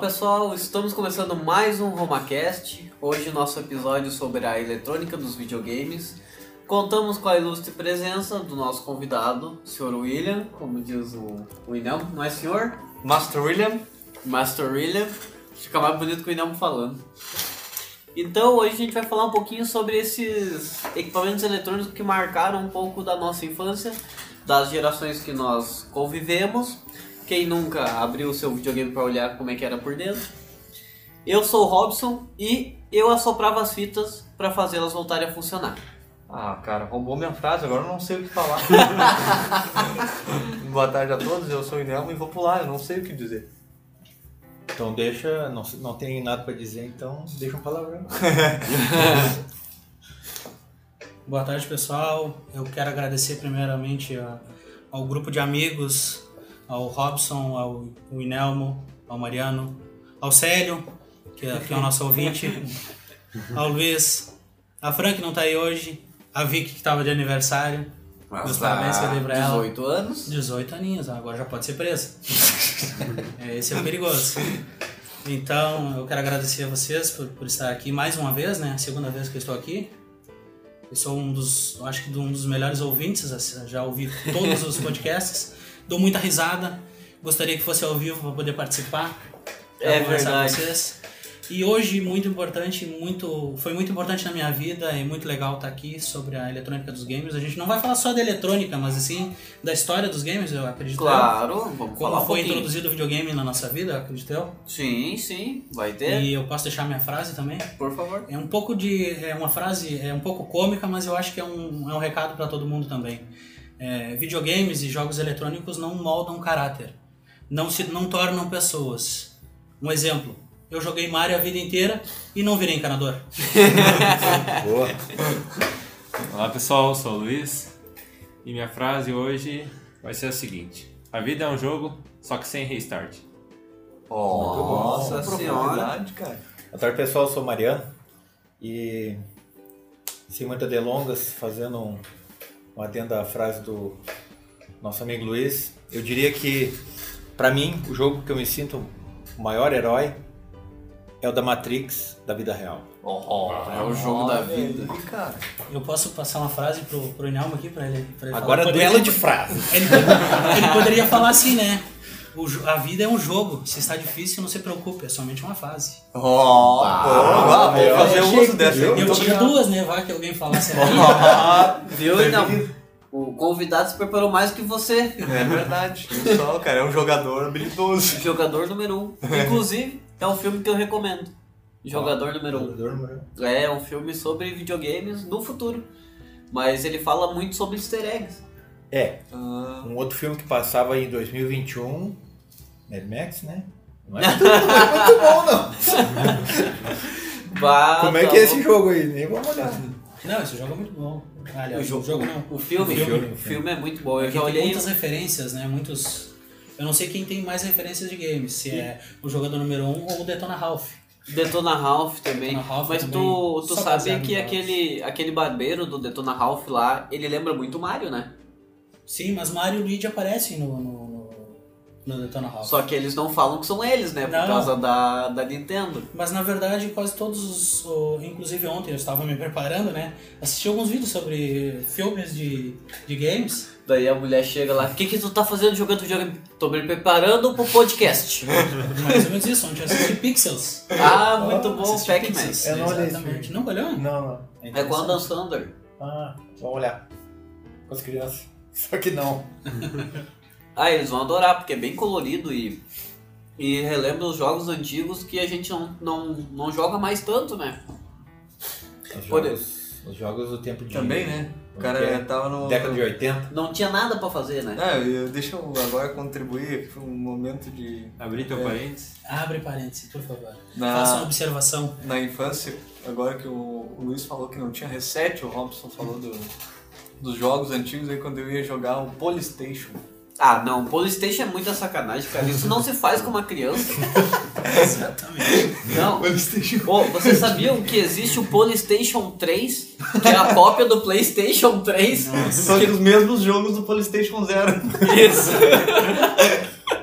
pessoal, estamos começando mais um RomaCast. Hoje nosso episódio sobre a eletrônica dos videogames. Contamos com a ilustre presença do nosso convidado, Sr. William, como diz o o Inelmo, não é senhor? Master William, Master William. Fica mais bonito que o Inelmo falando. Então hoje a gente vai falar um pouquinho sobre esses equipamentos eletrônicos que marcaram um pouco da nossa infância, das gerações que nós convivemos. Quem nunca abriu o seu videogame para olhar como é que era por dentro? Eu sou o Robson e eu assoprava as fitas para fazê-las voltarem a funcionar. Ah, cara, roubou minha frase, agora eu não sei o que falar. Boa tarde a todos, eu sou o Inelmo e vou pular, eu não sei o que dizer. Então deixa, não, não tem nada pra dizer, então deixa um palavrão. Boa tarde, pessoal. Eu quero agradecer primeiramente a- ao grupo de amigos, ao Robson, ao Inelmo, ao Mariano, ao Célio, que é, que é o nosso ouvinte, ao Luiz, a Fran, que não tá aí hoje, a Vicky, que tava de aniversário. Meus parabéns que eu dei pra ela. 18 anos. 18 aninhos, ah, agora já pode ser presa. É, Esse é o perigoso. Então, eu quero agradecer a vocês por, por estar aqui mais uma vez, né? A segunda vez que eu estou aqui. Eu sou um dos, eu acho que um dos melhores ouvintes, assim, já ouvi todos os podcasts. Dou muita risada. Gostaria que fosse ao vivo para poder participar. pra É conversar com verdade. vocês. E hoje, muito importante, muito, foi muito importante na minha vida, é muito legal estar aqui sobre a eletrônica dos games. A gente não vai falar só da eletrônica, mas assim, da história dos games, eu acredito. Claro, vamos falar eu. Como um foi pouquinho. introduzido o videogame na nossa vida, eu acredito eu. Sim, sim, vai ter, E eu posso deixar minha frase também. por favor. É um pouco de. É uma frase é um pouco cômica, mas eu acho que é um, é um recado para todo mundo também. É, videogames e jogos eletrônicos não moldam caráter, não se não tornam pessoas. Um exemplo: eu joguei Mario a vida inteira e não virei encanador. Boa. Olá pessoal, eu sou o Luiz e minha frase hoje vai ser a seguinte: A vida é um jogo, só que sem restart. Nossa profundidade, cara. Boa tarde pessoal, eu sou o Mariano e sem muitas delongas, fazendo um, um adendo à frase do nosso amigo Luiz, eu diria que pra mim o jogo que eu me sinto o maior herói é o da Matrix da vida real. Oh, é o jogo da olha vida. aí, cara. Eu posso passar uma frase pro, pro Inalmo aqui para ele, pra ele Agora falar? duelo Ele- de frases. Ele, ele poderia falar assim, né? O jo- a vida é um jogo. Se está difícil, não se preocupe, é somente uma fase. Oh, pô, ah, vou eu fazer achei uso que dessa. aí, eu- Eu muito tinha obrigado. duas, né? Vai que alguém falasse aqui. Ah, Viu, então? O convidado se preparou mais que você, É verdade. Pessoal, cara, é um jogador habilidoso. jogador número Um. Inclusive, é um filme que eu recomendo. Jogador número Um. É um filme sobre videogames no futuro. Mas ele fala muito sobre easter eggs. É, Ah, um outro filme que passava em 2021, Mad Max, né? Não é? Bah, Como é tá que é esse louco. jogo aí? Nem vamos olhar. Não, esse jogo é muito bom. Aliás, O o jogo- jogo, não. O filme, o O filme, filme, o filme. é muito bom. Eu Porque já tem olhei. muitas referências, né? Muitos. Eu não sei quem tem mais referências de games, se é o jogador número 1 um ou o Detona Ralph. Detona Ralph também. Detona Ralph Mas também. tu, tu Só sabe baseado que em jogos. aquele, aquele barbeiro do Detona Ralph lá, ele lembra muito o Mario, né? Sim, mas Mario e Luigi aparecem no, no, no- no Detona Ralph. Só que eles não falam que são eles, né? Por Não. causa da, da Nintendo. Mas na verdade, quase todos os. o- Inclusive ontem eu estava me preparando, né? Assisti alguns vídeos sobre filmes de, de games. Daí a mulher chega lá, o que que tu tá fazendo jogando videogame? Tô me preparando pro podcast. Mais ou menos isso, onde eu assisti Pixels. ah, muito bom, Assisti Pac-Man. Pixels, Eu não olhei esse Exatamente. filme. Não olhou? Não, não. É com o interessante. Adam Sandler. Ah, vamos olhar. Com as crianças. Só que não. Ah, eles vão adorar, porque é bem colorido e, e relembra os jogos antigos que a gente não, não, não joga mais tanto, né? Os Por jogos, os jogos do tempo de. Também, né? O Porque- cara é tava no. Década de 80. Não tinha nada pra fazer, né? É, eu- deixa eu agora contribuir para um momento de. Abri teu É. parênteses. Abre parênteses, por favor. Na- Faça uma observação. na infância, agora que o o Luiz falou que não tinha reset, o Robson falou do- dos jogos antigos, aí quando eu ia jogar o Polystation. Ah, não, Polystation é muita sacanagem, cara. Isso não se faz com uma criança. Exatamente. Não. Polystation. Ô, vocês sabiam que existe o Polystation 3, que é a cópia do PlayStation 3? São os mesmos jogos do Polystation Zero. Isso.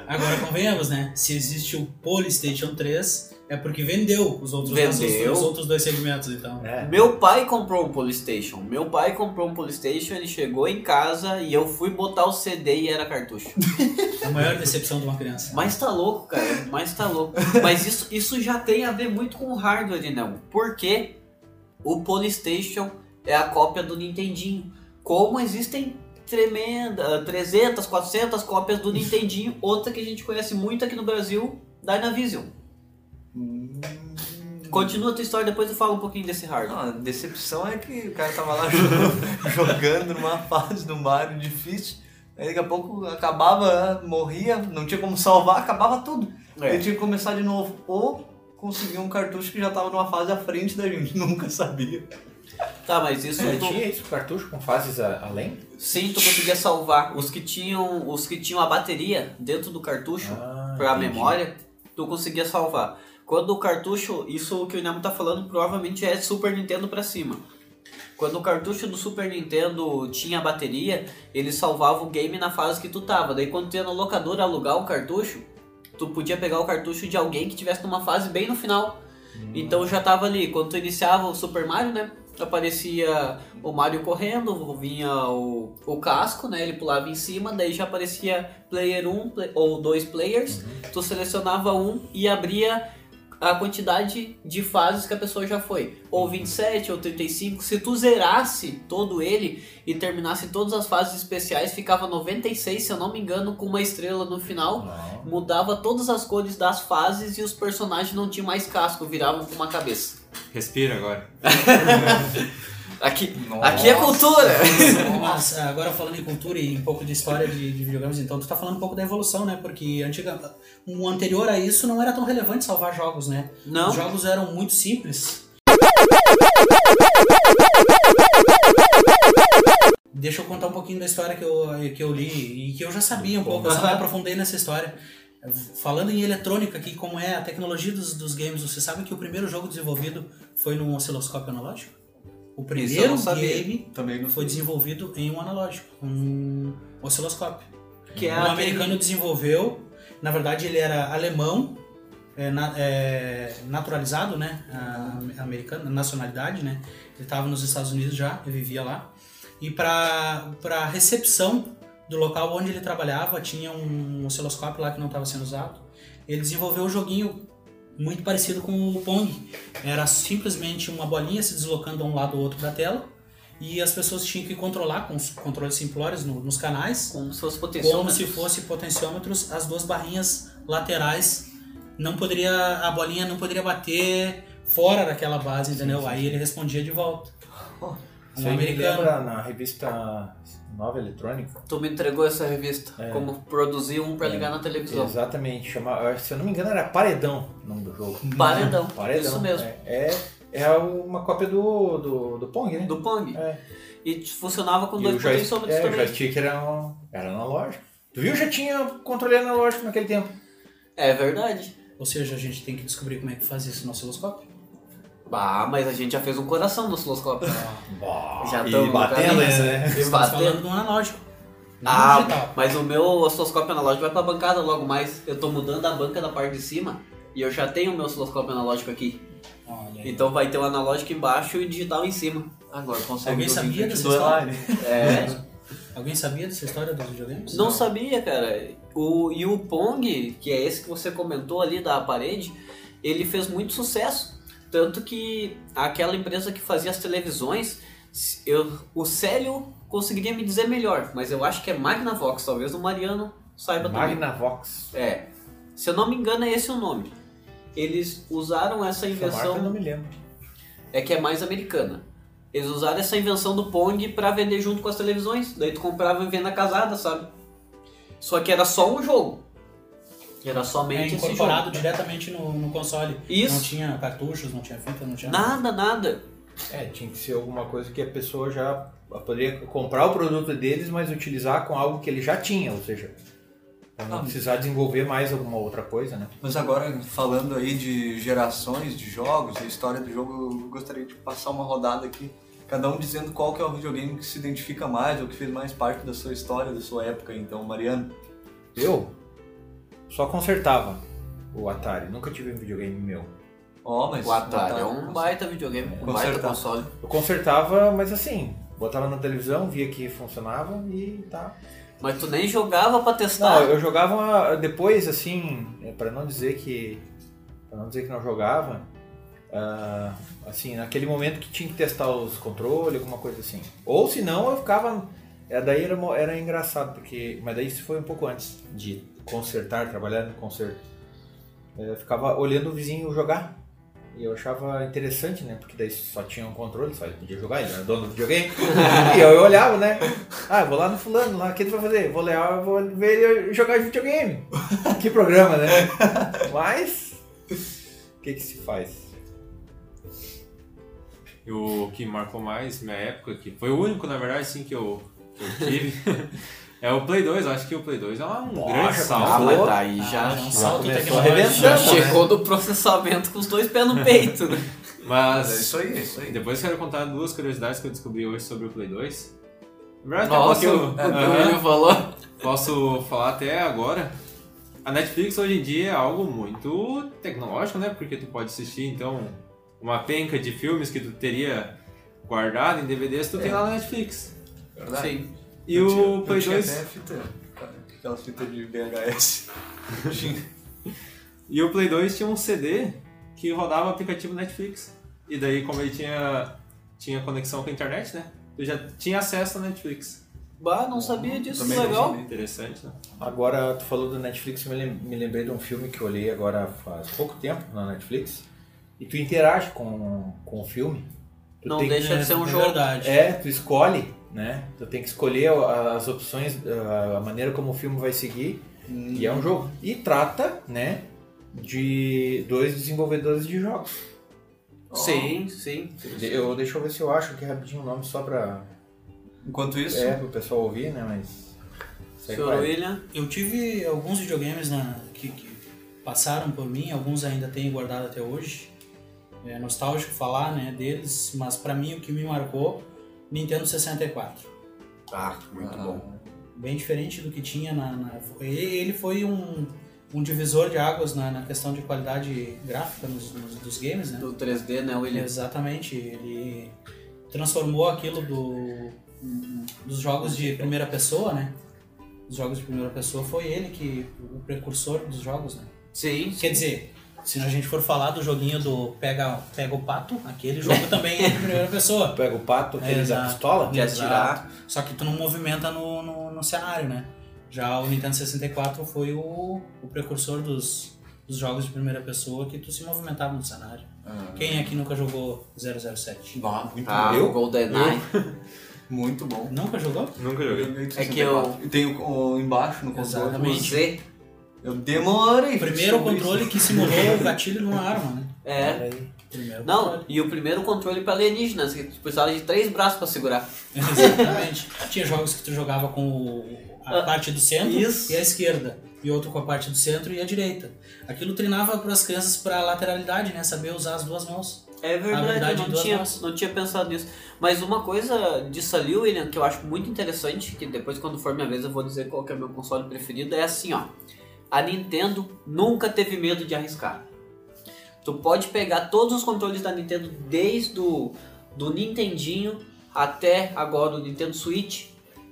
Agora convenhamos, né? Se existe o Polystation 3, é porque vendeu os outros, Vendeu. Os, outros dois segmentos, então. É. Meu pai comprou um Polystation. Meu pai comprou um Polystation, ele chegou em casa e eu fui botar o CD e era cartucho. A maior decepção de uma criança. Mas tá louco, cara. Mas tá louco. Mas isso, isso já tem a ver muito com o hardware, né, não? Porque o Polystation é a cópia do Nintendinho. Como existem tremenda, 300, 400 cópias do Nintendinho, outra que a gente conhece muito aqui no Brasil, Dynavision. Continua a tua história, depois eu falo um pouquinho desse hardware. Não, a decepção é que o cara tava lá jogando, jogando numa fase do Mario difícil. Aí daqui a pouco acabava, morria, não tinha como salvar, acabava tudo. É. Aí tinha que começar de novo. Ou conseguir um cartucho que já tava numa fase à frente da gente, nunca sabia. Tá, mas isso É, tu- tinha isso, cartucho com fases a- além? Sim, tu conseguia salvar os que tinham os que tinham a bateria dentro do cartucho Ah, para entendi. memória, tu conseguia salvar. Quando o cartucho, isso que o Nemo tá falando provavelmente é Super Nintendo pra cima. Quando o cartucho do Super Nintendo tinha a bateria, ele salvava o game na fase que tu tava. Daí quando tu ia no locador alugar o cartucho, tu podia pegar o cartucho de alguém que tivesse numa fase bem no final. Hum. Então já tava ali, quando tu iniciava o Super Mario, né? Aparecia o Mario correndo, vinha o, o casco, né? Ele pulava em cima, daí já aparecia player 1 play- ou dois players. Tu selecionava um e abria a quantidade de fases que a pessoa já foi. Ou 27, ou 35. Se tu zerasse todo ele e terminasse todas as fases especiais, ficava 96, se eu não me engano, com uma estrela no final Não. mudava todas as cores das fases e os personagens não tinham mais casco, viravam com uma cabeça. Respira agora. Aqui, aqui é cultura! Mas, ah, agora falando em cultura e um pouco de história de, de videogames, então tu tá falando um pouco da evolução, né? Porque antiga, o anterior a isso não era tão relevante salvar jogos, né? Os Não, jogos eram muito simples. Deixa eu contar um pouquinho da história que eu, que eu li e que eu já sabia um pouco, eu só me aprofundei nessa história. Falando em eletrônica aqui, como é a tecnologia dos, dos games, você sabe que o primeiro jogo desenvolvido foi num osciloscópio analógico? O eu primeiro não sabia. game Também não foi desenvolvido em um analógico, um osciloscópio. que é Um aquele- americano desenvolveu, na verdade ele era alemão, é, na- é, naturalizado, né? a- Americano, nacionalidade, né? Ele estava nos Estados Unidos já, ele vivia lá. E para a recepção do local onde ele trabalhava, tinha um osciloscópio lá que não estava sendo usado. Ele desenvolveu um joguinho muito parecido com o Pong. Era simplesmente uma bolinha se deslocando a um lado ou outro da tela. E as pessoas tinham que controlar com os controles simplórios no- nos canais com seus como potenciais. se fosse potenciômetros, as duas barrinhas laterais não poderia a bolinha não poderia bater fora daquela base, entendeu? Aí ele respondia de volta. Isso Um aí me americano. lembra na revista Nova Eletrônica? Tu me entregou essa revista, É. como produzir um pra ligar na televisão. Exatamente, chama, se eu não me engano era Paredão o nome do jogo. Paredão, Paredão. isso mesmo. É, é, é uma cópia do, do, do Pong, né? Do Pong. É. E funcionava com E dois o joy- potenciômetros é, o também. joystick era, um- era analógico. Tu viu? Já tinha controle analógico naquele tempo. É verdade. Ou seja, a gente tem que descobrir como é que faz isso no osciloscópio. Bah, mas a gente já fez um coração no osciloscópio. Já e tamo no batendo caminho. ainda, né? E Estamos bateu. falando de um analógico. Não Ah, digital. mas o meu osciloscópio analógico vai pra bancada logo mais. Eu tô mudando a banca da parte de cima e eu já tenho o meu osciloscópio analógico aqui. Olha É. aí. Então vai ter o analógico embaixo e o digital em cima. Agora consegue. Alguém sabia dessa história? Duelar, É, Alguém sabia dessa história dos videogames? não sabia, cara. O, e o Pong, que é esse que você comentou ali da parede, ele fez muito sucesso. Tanto que aquela empresa que fazia as televisões, se- eu, o Célio conseguiria me dizer melhor, mas eu acho que é Magnavox, talvez o Mariano saiba também. Magnavox. É. Se eu não me engano, é esse o nome. Eles usaram essa Essa marca eu não invenção. me lembro. É que é mais americana. Eles usaram essa invenção do Pong pra vender junto com as televisões. Daí tu comprava em venda casada, sabe? Só que era só um jogo. Era É somente esse jogo. incorporado diretamente no, no console. Isso. Ah, Não tinha cartuchos, não tinha fita, não tinha nada. Nada, nada. É, tinha que ser alguma coisa que a pessoa já poderia comprar o produto deles, mas utilizar com algo que ele já tinha, ou seja, pra Ah. não precisar desenvolver mais alguma outra coisa, né? Mas agora, falando aí de gerações de jogos, a história do jogo, eu gostaria de passar uma rodada aqui, cada um dizendo qual que é o videogame que se identifica mais ou que fez mais parte da sua história, da sua época. Então, Mariano, Eu? só consertava o Atari. Nunca tive um videogame meu. Ó, mas. tá O Atari é um Nossa. baita videogame, um baita Consertar. console. Eu consertava, mas assim, botava na televisão, via que funcionava e tá. Mas tu nem jogava pra testar. Não, eu jogava depois, assim, para não dizer que para não dizer que não jogava, ah, assim, naquele momento que tinha que testar os controles, alguma coisa assim. Ou se não, eu ficava é, daí era, mo- era engraçado, porque mas daí isso foi um pouco antes de consertar, trabalhar no conserto. É, Eu ficava olhando o vizinho jogar. E eu achava interessante, né? Porque daí só tinha um controle, só ele podia jogar, ele era dono do videogame. e eu olhava, né? Ah, eu vou lá no fulano, lá, o que ele vai fazer? Vou lá, eu vou ver ele jogar videogame. que programa, né? Mas, o que que se faz? E o que marcou mais minha época, que foi o único, na verdade, sim, que eu, que eu tive, é o Play 2. Eu Acho que o Play 2 é um Nossa, grande Ah, salto. começou. tá mas daí já, Ah, é um já salto começou a tecnológico. já redenção, né? chegou do processamento com os dois pés no peito. né? Mas É isso aí, é isso aí. Depois quero contar duas curiosidades que eu descobri hoje sobre o Play 2. Na verdade, até Nossa, posso, o, o é, Aham. Coelho falou. posso falar até agora. A Netflix hoje em dia é algo muito tecnológico, né? Porque tu pode assistir, então, uma penca de filmes que tu teria guardado em DVDs, tu tem lá na Netflix. É Verdade. Sim. E É. Eu tinha- o eu Play tinha 2... até a fita, aquelas fitas de VHS. Tinha. E o Play 2 tinha um CD que rodava o aplicativo Netflix. E daí, como ele tinha, tinha conexão com a internet, né? Tu já tinha acesso à Netflix. Bah, não sabia disso, é Também não legal. sabia. Interessante, né? Agora, tu falou do Netflix, eu me lem- me lembrei de um filme que eu olhei agora faz pouco tempo na Netflix. E tu interage com, com o filme. Tu Não tem- deixa de ser um é jogo. verdade. É, tu escolhe, né? Tu tem que escolher a- as opções, a a maneira como o filme vai seguir. E é um jogo. E trata, né? De dois desenvolvedores de jogos. Sim, sim. Eu, deixa eu ver se eu acho aqui rapidinho o nome só pra. Enquanto isso, É, pro pessoal ouvir, né? Mas. sei Senhor qual é. William. Eu tive alguns videogames né, que, que passaram por mim, alguns ainda tenho guardado até hoje. É nostálgico falar né, deles, mas pra mim o que me marcou, Nintendo 64. Ah, muito bom. Bem diferente do que tinha na. na- ele ele foi um, um divisor de águas na, na questão de qualidade gráfica nos, nos- dos games, né? Do 3D, né, William? Exatamente, ele transformou aquilo do, dos jogos de primeira pessoa, né? Os jogos de primeira pessoa foi ele que o precursor dos jogos, né? Sim. Quer dizer, se a gente for falar do joguinho do pega, pega o pato, aquele jogo também é de primeira pessoa. Pega o pato, aquele da Exato. pistola. De atirar. Só que tu não movimenta no, no, no cenário, né? Já o Nintendo 64 foi o, o precursor dos, dos jogos de primeira pessoa que tu se movimentava no cenário. Quem aqui nunca jogou 007? Bah, muito Ah, Eu? o GoldenEye. bom. Muito bom. Nunca jogou? Nunca joguei. É que eu- E tem o, o embaixo no controle. Exatamente. O Z. Eu demorei. O primeiro controle que simulou o gatilho numa arma, né? É. Olha aí. Primeiro Não, controle. e o primeiro controle pra alienígenas, que tu precisava de três braços pra segurar. Exatamente. Tinha jogos que tu jogava com o- a Ah, parte do centro isso. e a esquerda. E outro com a parte do centro e a direita. Aquilo treinava para as crianças para lateralidade, né? Saber usar as duas mãos. É Na verdade, verdade, eu não duas tinha, mãos. não tinha pensado nisso. Mas uma coisa disso ali, William, que eu acho muito interessante, que depois quando for minha vez eu vou dizer qual que é o meu console preferido, é assim, ó. A Nintendo nunca teve medo de arriscar. Tu pode pegar todos os controles da Nintendo, desde o do Nintendinho até agora o Nintendo Switch.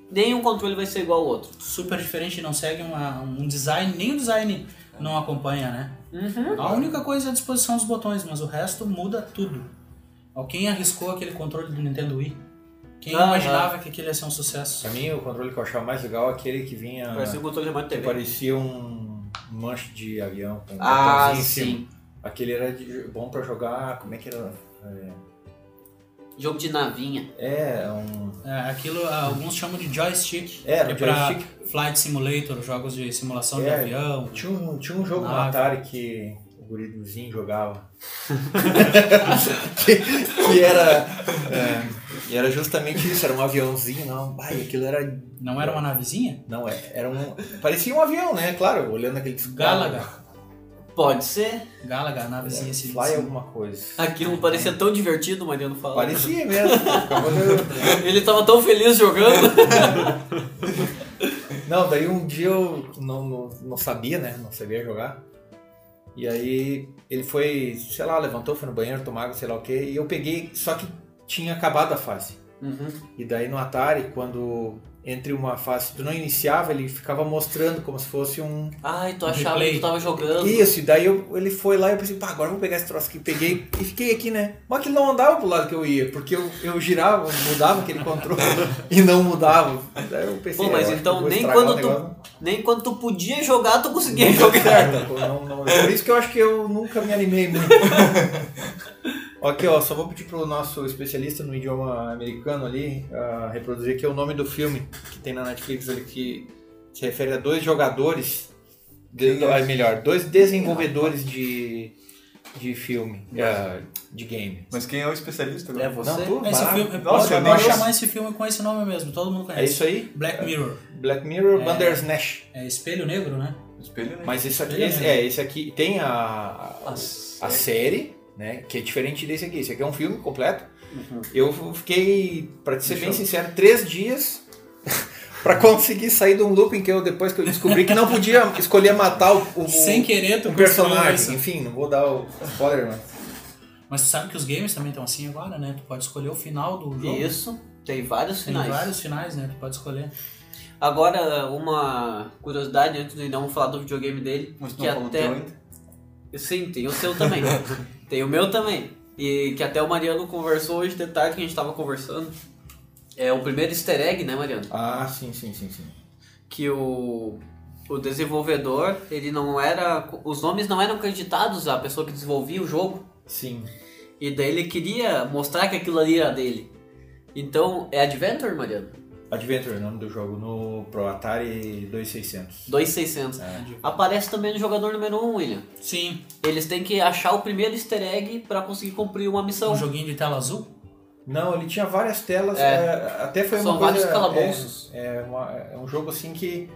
Nenhum controle vai ser igual ao outro. Super diferente, não segue uma- um design, nem o design não acompanha, né? Uhum. A única coisa é a disposição dos botões, mas o resto muda tudo. Ó, Quem arriscou aquele controle do Nintendo Wii? Quem Ah, imaginava que aquilo ia ser um sucesso? Pra mim, o controle que eu achava mais legal é aquele que vinha. Parece um controle chamado que TV. parecia um manche de avião com um Ah, botãozinho em cima. sim. Aquele era de- bom pra jogar. Como é que era? Jogo de navinha. É, um. É, aquilo ah, alguns chamam de joystick. É, era que um pra joystick. Flight Simulator, jogos de simulação de É. avião. Tinha um, tinha um jogo no Ah. Atari que o gurizinho jogava. que, que era. é, e era justamente isso, era um aviãozinho, não. Ai, aquilo era. Não era uma navezinha? Não, é- era um. Parecia um avião, né? Claro, olhando aquele Galaga. Pode ser. Galaga, a navezinha assim. se É, Fly alguma Ah, coisa. Aquilo parecia tão divertido, o Mariano falando. Parecia mesmo. ficava olhando. Ele tava tão feliz jogando. Não, daí um dia eu não, não, não sabia, né? Não sabia jogar. E aí ele foi, sei lá, levantou, foi no banheiro tomar água, sei lá o quê. E eu peguei, só que tinha acabado a fase. Uhum. E daí no Atari, quando entre uma fase tu não iniciava, ele ficava mostrando como se fosse um. Ai, tu Um achava que replay. tu tava jogando. Isso, e daí eu- ele foi lá e eu pensei, pá, agora eu vou pegar esse troço aqui. Peguei e fiquei aqui, né? Mas que ele não andava pro lado que eu ia, porque eu, eu girava, mudava aquele controle e não mudava. Daí eu pensei, Pô, mas "É, eu acho então que eu vou nem estragar quando o tu- negócio." Nem quando tu podia jogar, tu conseguia Não deu jogar. certo, pô, não- não- é Por isso que eu acho que eu nunca me animei muito. Aqui, ó, só vou pedir pro nosso especialista no idioma americano ali ah, reproduzir aqui o nome do filme que tem na Netflix ali que se refere a dois jogadores. De, Quem é ah, esse? melhor, dois desenvolvedores de, de filme, ah, de game. Mas quem é o especialista agora? É você? Não, tu? Esse Bah, filme, Nossa, pode, eu pode nem- chamar esse filme com esse nome mesmo, todo mundo É conhece. isso aí? Black Mirror. Black Mirror É. Bandersnatch. É Espelho Negro, né? Espelho, né? Mas esse aqui, Ele é. esse- é, esse aqui tem a- a, a Assim, série, né? Que é diferente desse aqui. Esse aqui é um filme completo. Uhum. Eu fiquei, pra te ser bem sincero, três dias pra conseguir sair de um looping que eu depois que eu descobri que não podia escolher matar o, o- Sem querer, tu construiu o um personagem. isso. Enfim, não vou dar o spoiler, mas. Mas tu sabe que os games também estão assim agora, né? Tu pode escolher o final do jogo. Isso. Tem vários Tem finais. vários finais, né? Tu pode escolher. Agora, uma curiosidade antes do Inão falar do videogame dele. Mas tu que não falou até. teu ainda? Sim, tem o seu também. tem o meu também. E que até o Mariano conversou hoje de tarde que a gente tava conversando. É o primeiro easter egg, né, Mariano? Ah, sim, sim, sim, sim. que o, o desenvolvedor, ele não era. Os nomes não eram creditados à pessoa que desenvolvia o jogo. Sim. E daí ele queria mostrar que aquilo ali era dele. Então, é Adventure, Mariano? Adventure, nome do jogo, no Pro Atari 2600. 2600. É. Aparece também no jogador número 1, William. Sim, Eles têm que achar o primeiro easter egg pra conseguir cumprir uma Então- missão. um joguinho de tela azul. Não, ele tinha várias telas, É. é, até foi São uma coisa... vários calabouços. É, é uma- é um jogo assim que,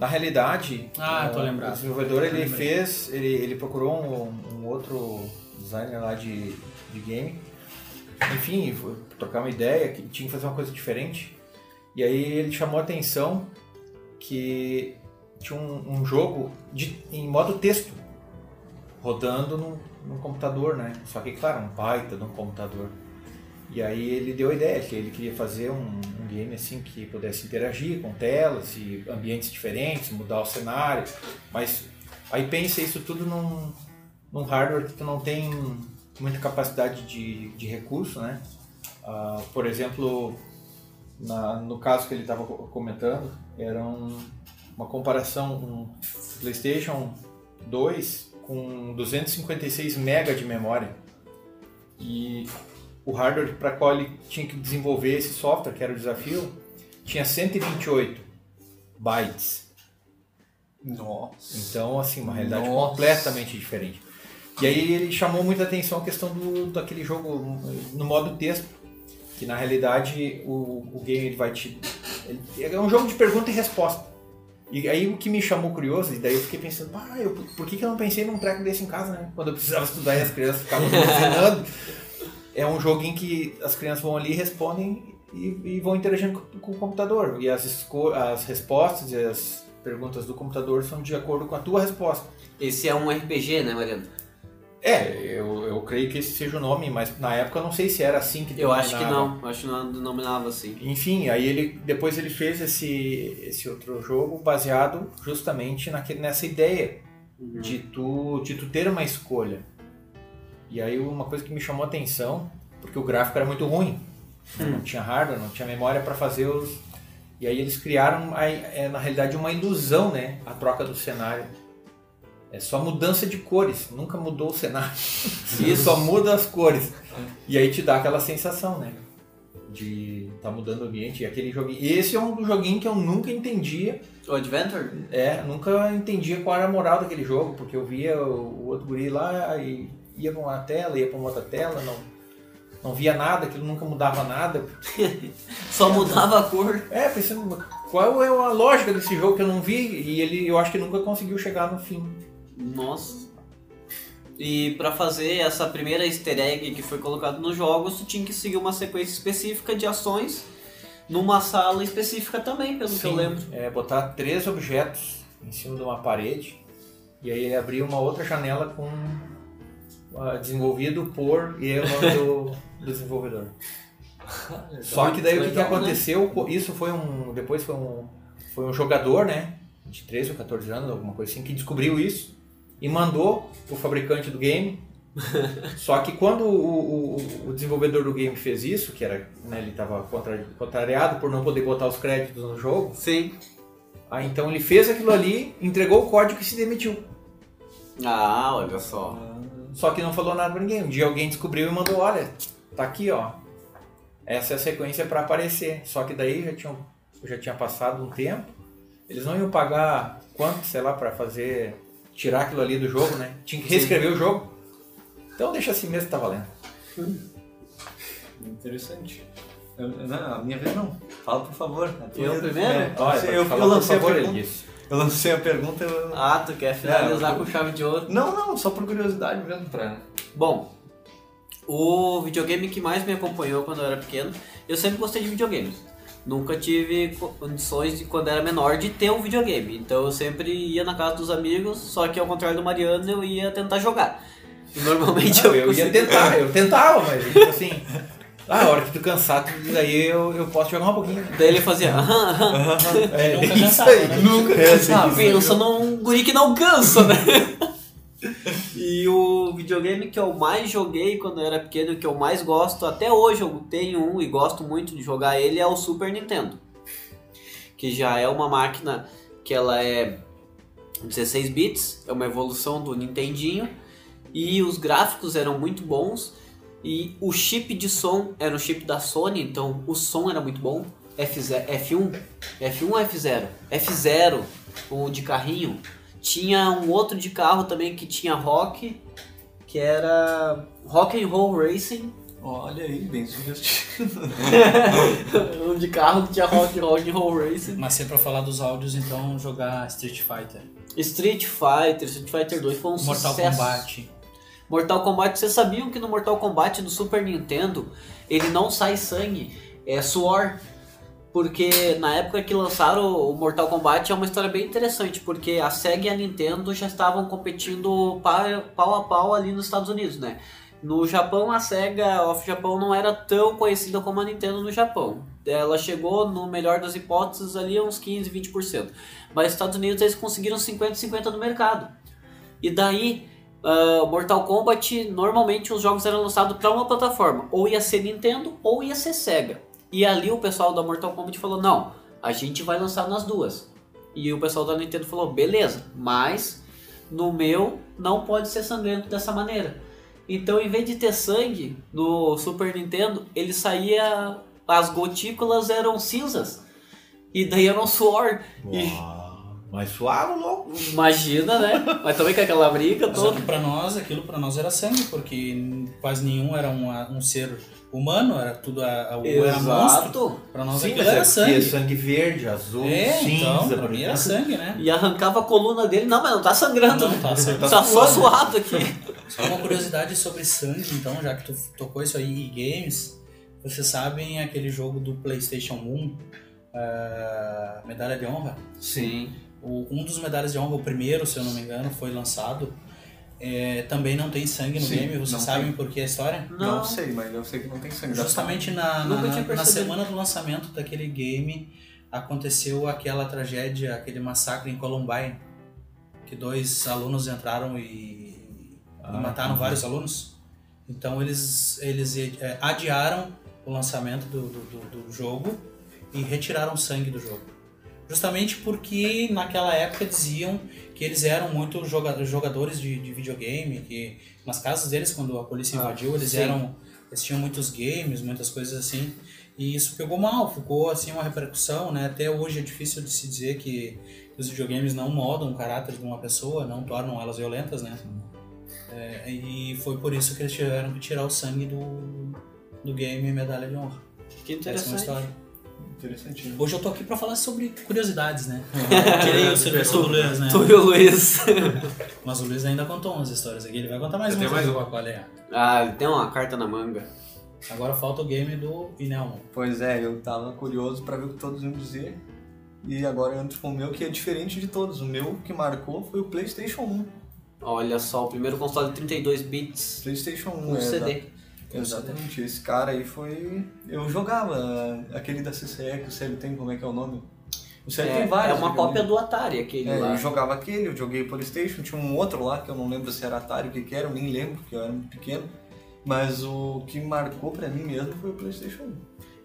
na realidade, Ah, é, eu tô lembrado. o desenvolvedor Eu ele lembrei. fez, ele, ele procurou um, um outro designer lá de, de game, enfim, foi trocar uma ideia, que tinha que fazer uma coisa diferente, e aí ele chamou a atenção que tinha um, um jogo de- em modo texto, rodando num, num computador, né? Só que, claro, um baita de um computador. E aí ele deu a ideia que ele queria fazer um, um game assim que pudesse interagir com telas e ambientes diferentes, mudar o cenário. Mas aí pensa isso tudo num, num hardware que tu não tem muita capacidade de, de recurso, né? Ah, por exemplo, na- no caso que ele estava comentando, era um- uma comparação um PlayStation 2 com 256 MB de memória. E o hardware para qual ele tinha que desenvolver esse software, que era o desafio, tinha 128 bytes. Nossa. Então, assim, uma realidade Nossa. completamente diferente. E aí ele chamou muita atenção a questão do, daquele jogo hum, no modo texto, que na realidade o, o game ele vai te. ele- é um jogo de pergunta e resposta. E aí o que me chamou curioso, e daí eu fiquei pensando, ah, eu, por que, que eu não pensei num treco desse em casa, né? Quando eu precisava estudar e as crianças ficavam me ensinando. É um jogo em que as crianças vão ali e respondem e, e vão interagindo com, com o computador. E as, esco- as respostas e as perguntas do computador são de acordo com a tua resposta. Esse é um RPG, né, Mariano? É, eu, eu creio que esse seja o nome, mas na época eu não sei se era assim que Eu acho que denominava. não. Eu acho que não denominava assim. Enfim, aí ele depois ele fez esse, esse outro jogo baseado justamente naque- nessa ideia de, tu, de tu ter uma escolha. E aí uma coisa que me chamou a atenção, porque o gráfico era muito ruim. né? Não tinha hardware, não tinha memória para fazer os. E aí eles criaram, a- é, na realidade, uma ilusão, né? A troca do cenário. É só mudança de cores, nunca mudou o cenário. E só muda as cores. E aí te dá aquela sensação, né? De tá mudando o ambiente. E aquele joguinho. e Esse é um joguinho que eu nunca entendia. O Adventure? É, nunca entendia qual era a moral daquele jogo, porque eu via o, o outro guri lá e ia pra uma tela, ia pra uma outra tela, não, não via nada, aquilo nunca mudava nada. Só mudava a cor. É, pensando, qual é a lógica desse jogo que eu não vi? E ele, eu acho que nunca conseguiu chegar no fim. Nossa. E pra fazer essa primeira easter egg que foi colocada nos jogos, tu tinha que seguir uma sequência específica de ações numa sala específica também, pelo que eu Sim, lembro. É botar três objetos em cima de uma parede e aí abrir uma outra janela com ah, desenvolvido por e aí é o nome do, do desenvolvedor. Só que daí o que, que Então, legal, né? aconteceu? co- Isso foi um depois foi um foi um jogador, né, de 13 ou 14 anos, alguma coisa assim, que descobriu isso e mandou o fabricante do game. Só que quando o, o- o desenvolvedor do game fez isso, que era, né, ele estava contrariado por não poder botar os créditos no jogo, Sim. ah, então ele fez aquilo ali, entregou o código e se demitiu. Ah, olha só. Só que não falou nada pra ninguém. Um dia alguém descobriu e mandou, olha, tá aqui, ó. Essa é a sequência pra aparecer. Só que daí já tinha, já tinha passado um tempo. Eles não iam pagar quanto, sei lá, pra fazer. tirar aquilo ali do jogo, né? Tinha que reescrever o jogo. Então deixa assim mesmo que tá valendo. Então, Interessante. Eu- eu- não, a minha vez não. Fala, por favor. A tua Eu vez. primeiro? É, eu, Olha, pode eu, falar, por lancei favor, a ele pergunta, disse. eu lancei a pergunta. eu- Ah, tu quer finalizar com chave de ouro? Não, não, só por curiosidade mesmo. Pra... Bom, o videogame que mais me acompanhou quando eu era pequeno, eu sempre gostei de videogames. Nunca tive co- condições de quando era menor de ter um videogame. Então eu sempre ia na casa dos amigos, só que ao contrário do Mariano, eu ia tentar jogar. E normalmente Não, eu, eu ia consegui- tentar, eu tentava, mas tipo assim. Ah, a hora que tu cansar, tu- daí eu, eu posso jogar um pouquinho. Daí ele fazia, aham, aham. É, nunca isso cansava, aí, né? Nunca é assim. Ah, pensa num guri que não cansa, né? E o videogame que eu mais joguei quando eu era pequeno, que eu mais gosto, até hoje eu tenho um e gosto muito de jogar ele, é o Super Nintendo. Que já é uma máquina que ela é 16 bits, é uma evolução do Nintendinho. E os gráficos eram muito bons. E o chip de som era o chip da Sony, então o som era muito bom. F0, F1, F1 ou F0? F0, o de carrinho. Tinha um outro de carro também que tinha rock, que era Rock and Roll Racing. Olha aí, bem sugestivo. um de carro que tinha rock, rock and Roll Racing. Mas se é pra falar dos áudios, então jogar Street Fighter, Street Fighter, Street Fighter 2 foi um Mortal sucesso. Kombat. Mortal Kombat, vocês sabiam que no Mortal Kombat do Super Nintendo ele não sai sangue, é suor. Porque na época que lançaram o Mortal Kombat é uma história bem interessante, porque a SEGA e a Nintendo já estavam competindo pa- pau a pau ali nos Estados Unidos, né? No Japão, a SEGA of Japão não era tão conhecida como a Nintendo no Japão. Ela chegou, no melhor das hipóteses, ali a uns 15, 20%. Mas nos Estados Unidos eles conseguiram 50-50 no mercado. E daí, Uh, Mortal Kombat, normalmente os jogos eram lançados para uma plataforma, ou ia ser Nintendo ou ia ser Sega. E ali o pessoal da Mortal Kombat falou: "Não, a gente vai lançar nas duas". E o pessoal da Nintendo falou: "Beleza, mas no meu não pode ser sangrento dessa maneira". Então, em vez de ter sangue no Super Nintendo, ele saía as gotículas eram cinzas. E daí era um suor. Uau, Mas suado, louco. Imagina, né? Mas também com aquela briga Só toda. que pra nós, aquilo pra nós era sangue, porque quase nenhum era um, um ser humano, era tudo a, a, ou era monstro. Exato. Pra nós Sim, aquilo mas era é sangue. sangue. sangue verde, azul, É, cinza. então, pra por mim era exemplo. sangue, né? E arrancava a coluna dele. Não, mas não tá sangrando. Não, tá certo. tá só suado aqui. Só uma curiosidade sobre sangue, então, já que tu tocou isso aí em games, vocês sabem aquele jogo do PlayStation 1, ah, Medalha de Honra? Sim. O- um dos medalhas de honra, o primeiro, se eu não me engano, foi lançado. É, também não tem sangue no Sim, game, vocês não sabem por que a história? Não. Não é sei, mas eu sei que não tem sangue. Justamente na, Nunca na- tinha na percebido. semana do lançamento daquele game aconteceu aquela tragédia, aquele massacre em Columbine, que dois alunos entraram e, e Ah, mataram entendi. vários alunos. Então eles, eles eh, adiaram o lançamento do, do, do- do jogo e retiraram sangue do jogo. Justamente porque naquela época diziam que eles eram muito joga- jogadores de, de videogame, que nas casas deles, quando a polícia Ah, invadiu, eles sim. eram. Eles tinham muitos games, muitas coisas assim. E isso pegou mal, ficou assim uma repercussão, né? Até hoje é difícil de se dizer que os videogames não moldam o caráter de uma pessoa, não tornam elas violentas, né? É, e foi por isso que eles tiveram que tirar o sangue do, do game Medalha de Honra. Que Essa é uma interessante. história. Interessante. Hoje eu tô aqui pra falar sobre curiosidades, né? É, Tirei o serviço do Luiz, né? Tu e o Luiz. Mas o Luiz ainda contou umas histórias aqui, ele vai contar mais Eu uma. tenho mais uma. Qual é? ah, ele tem uma carta na manga. Agora falta o game do Inelmo. Pois é, eu tava curioso pra ver o que todos iam dizer. E agora eu entro com o meu, que é diferente de todos. O meu que marcou foi o PlayStation 1. Olha só, o primeiro console de 32 bits Um PlayStation 1 com é, CD. exa- Exatamente, esse cara aí foi. Eu jogava ah, aquele da CCE que o Célio tem, como é que é o nome? O Célio É, tem vários. é uma videogames. cópia do Atari aquele É, lá. eu jogava aquele, eu joguei PlayStation, tinha um outro lá que eu não lembro se era Atari, o que que era, eu nem lembro, porque eu era muito pequeno. Mas o que marcou pra mim mesmo foi o PlayStation 1.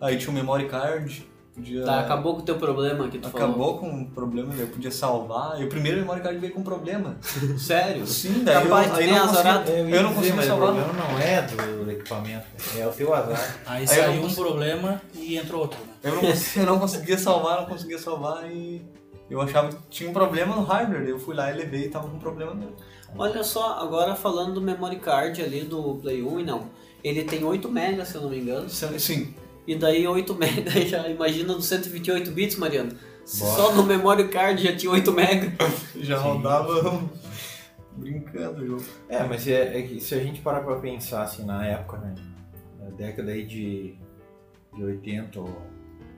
Aí tinha o memory card, podia. Tá, acabou com o teu problema que tu falou. Acabou com o problema, daí eu podia salvar. E o primeiro memory card veio com problema. Sério? Sim, daí Capaz eu, de aí nem não azarado. consegui, Eu, eu não consegui mas o salvar. problema não é do equipamento, é o teu azar. Aí, eu saiu não um consigo. problema e entrou outro, né? Eu não, cons- eu não conseguia salvar, não conseguia salvar e eu achava que tinha um problema no hardware. daí Eu fui lá e levei e tava com problema mesmo. Olha só, agora falando do memory card ali do Play 1 e não. Ele tem 8 MB, se eu não me engano. Sim, E daí 8 MB, daí já imagina dos 128 bits, Mariano. Se Bora. só no memory card já tinha 8 MB. já rodava brincando o jogo. É, mas é, é que se a gente parar pra pensar assim na época, né? Na década aí de, de 80, ou,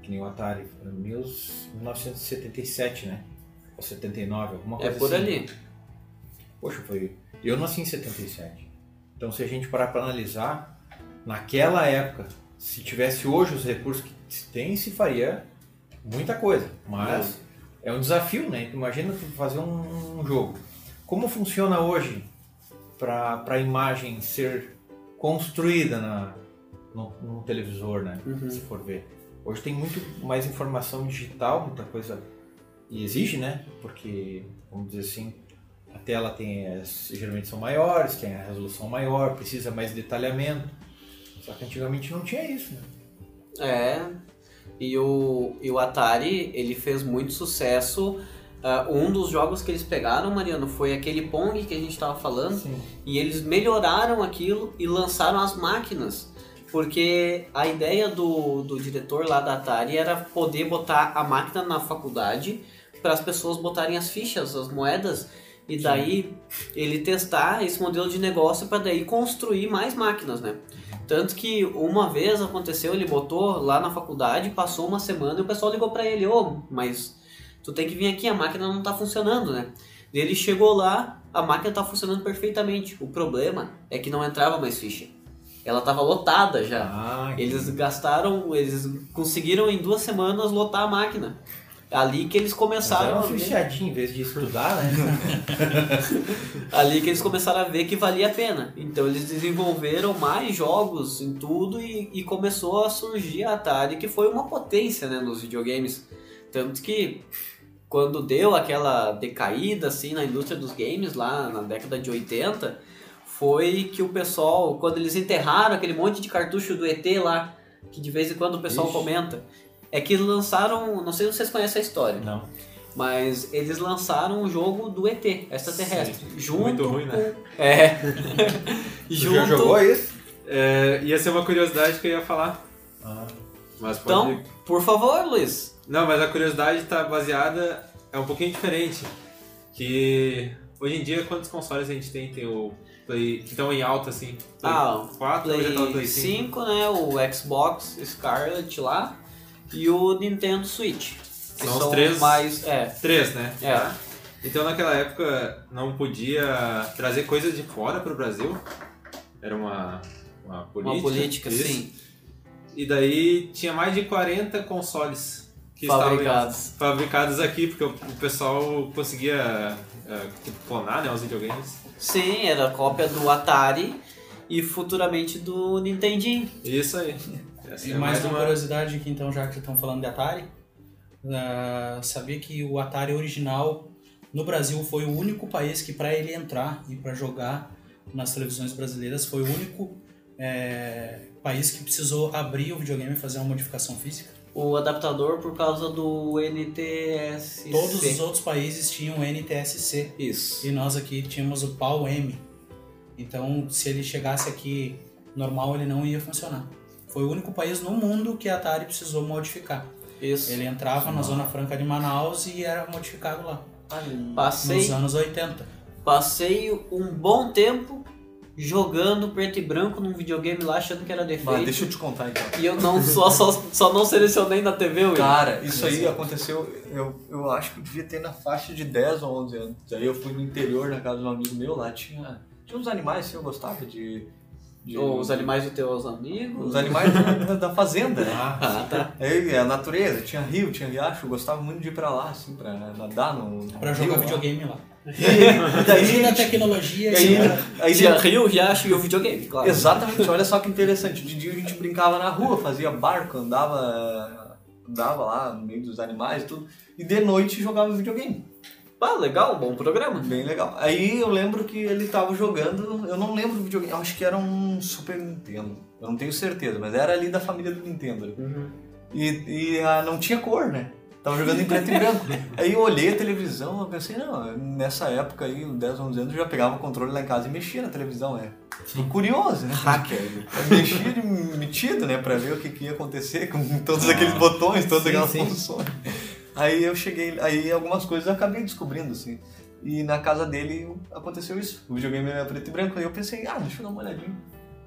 que nem o Atari, foi em 1977, né? Ou 79, alguma É coisa por assim. ali. Poxa, foi. Eu nasci em 77. Então, se a gente parar para analisar, naquela época, se tivesse hoje os recursos que se tem, se faria muita coisa. Mas é um desafio, né? Tu Imagina tu fazer um, um jogo. Como funciona hoje para a imagem ser construída na, no, no televisor, né? Uhum. Se for ver. Hoje tem muito mais informação digital, muita coisa. E exige, né? Porque, vamos dizer assim, a tela tem as, geralmente são maiores, tem a resolução maior, precisa mais detalhamento. Só que antigamente não tinha isso, né? É. E o, e o Atari, ele fez muito sucesso. Ah, um dos jogos que eles pegaram, Mariano, foi aquele Pong que a gente tava falando. Sim. E eles melhoraram aquilo e lançaram as máquinas. Porque a ideia do, do diretor lá da Atari era poder botar a máquina na faculdade para as pessoas botarem as fichas, as moedas, e daí ele testar esse modelo de negócio para daí construir mais máquinas, né? Tanto que uma vez aconteceu, ele botou lá na faculdade, passou uma semana e o pessoal ligou para ele: Ô, mas tu tem que vir aqui, a máquina não tá funcionando, né? Ele chegou lá, a máquina tá funcionando perfeitamente. O problema é que não entrava mais ficha. Ela tava lotada já. Ah, Eles gastaram, eles conseguiram em duas semanas lotar a máquina. Ali que eles começaram a Passaram ver, fichadinho em vez de estudar, né? ali que eles começaram a ver que valia a pena. Então eles desenvolveram mais jogos em tudo e, e começou a surgir a Atari, que foi uma potência né, nos videogames. Tanto que quando deu aquela decaída assim na indústria dos games lá na década de 80, foi que o pessoal, quando eles enterraram aquele monte de cartucho do ET lá, que de vez em quando o pessoal Ixi. comenta, é que lançaram, não sei se vocês conhecem a história, Não. mas eles lançaram o jogo do ET, extraterrestre, junto Muito ruim, com... né? É. Tu já jogou isso? É, ia ser uma curiosidade que eu ia falar. Ah, Mas pode. Então, por favor, Luiz. Não, mas a curiosidade tá baseada. É um pouquinho diferente. Que hoje em dia, quantos consoles a gente tem? Tem o Play. que estão em alta assim. Play Ah, 4, hoje já tá o Play Play 5. 5, né? O Xbox Scarlet lá e o Nintendo Switch. que São os três. mais, é, 3, né? é. Então naquela época não podia trazer coisas de fora pro Brasil. Era uma, uma política. uma política, isso. sim. E daí tinha mais de 40 consoles que né? Fabricados. estavam fabricados aqui, porque o o pessoal conseguia eh, tipo, clonar né, os videogames. Sim, era cópia do Atari e futuramente do Nintendinho. Isso aí. Essa E é mais um uma curiosidade aqui, então, já que estão falando de Atari, ah, sabia que o Atari original no Brasil foi o único país que, para ele entrar e para jogar nas televisões brasileiras, foi o único eh, país que precisou abrir o videogame e fazer uma modificação física. O adaptador por causa do NTSC. Todos os outros países tinham NTSC Isso. e nós aqui tínhamos o PAL-M. Então, se ele chegasse aqui normal, ele não ia funcionar. Foi o único país no mundo que a Atari precisou modificar. Isso. Ele entrava na Zona Franca de Manaus e era modificado lá, Passei, nos anos 80. passei um bom tempo jogando preto e branco num videogame lá achando que era defeito. Mas deixa eu te contar então. E eu não só, só, só não selecionei na TV, Will. Cara, isso aí aconteceu, eu, eu acho que eu devia ter na faixa de 10 ou 11 anos. Daí eu fui no interior, na casa de um amigo meu, lá tinha, tinha uns animais que eu gostava de... de- Ou os animais dos teus amigos. Os animais da, da fazenda, né? Ah, tá. Aí, a natureza, tinha rio, tinha riacho, eu gostava muito de ir pra lá, assim, pra nadar no... no Pra jogar rio, videogame lá. lá. Daí, Imagina a tecnologia. aí, cara. aí, Tinha Rio, Riacho e o videogame, claro. Exatamente, olha só que interessante. De dia a gente brincava na rua, fazia barco, andava, andava lá no meio dos animais e tudo. E de noite jogava videogame. Ah, legal, bom programa. Bem legal. Aí eu lembro que ele tava jogando, eu não lembro o videogame, eu acho que era um Super Nintendo. Eu não tenho certeza, mas era ali da família do Nintendo. E, e ah, não tinha cor, né? Tava jogando em preto e branco. Aí eu olhei a televisão, eu pensei, não, nessa época aí, 10, 11 anos, eu já pegava o controle lá em casa e mexia na televisão, é. Fui Curioso, né? Hacker. Eu mexia de metido, né? Pra ver o que, que ia acontecer com todos aqueles botões, todas Ah, Sim, aquelas sim. funções. Aí eu cheguei, aí algumas coisas eu acabei descobrindo, assim. E na casa dele aconteceu isso. O videogame era preto e branco. Aí eu pensei, ah, deixa eu dar uma olhadinha.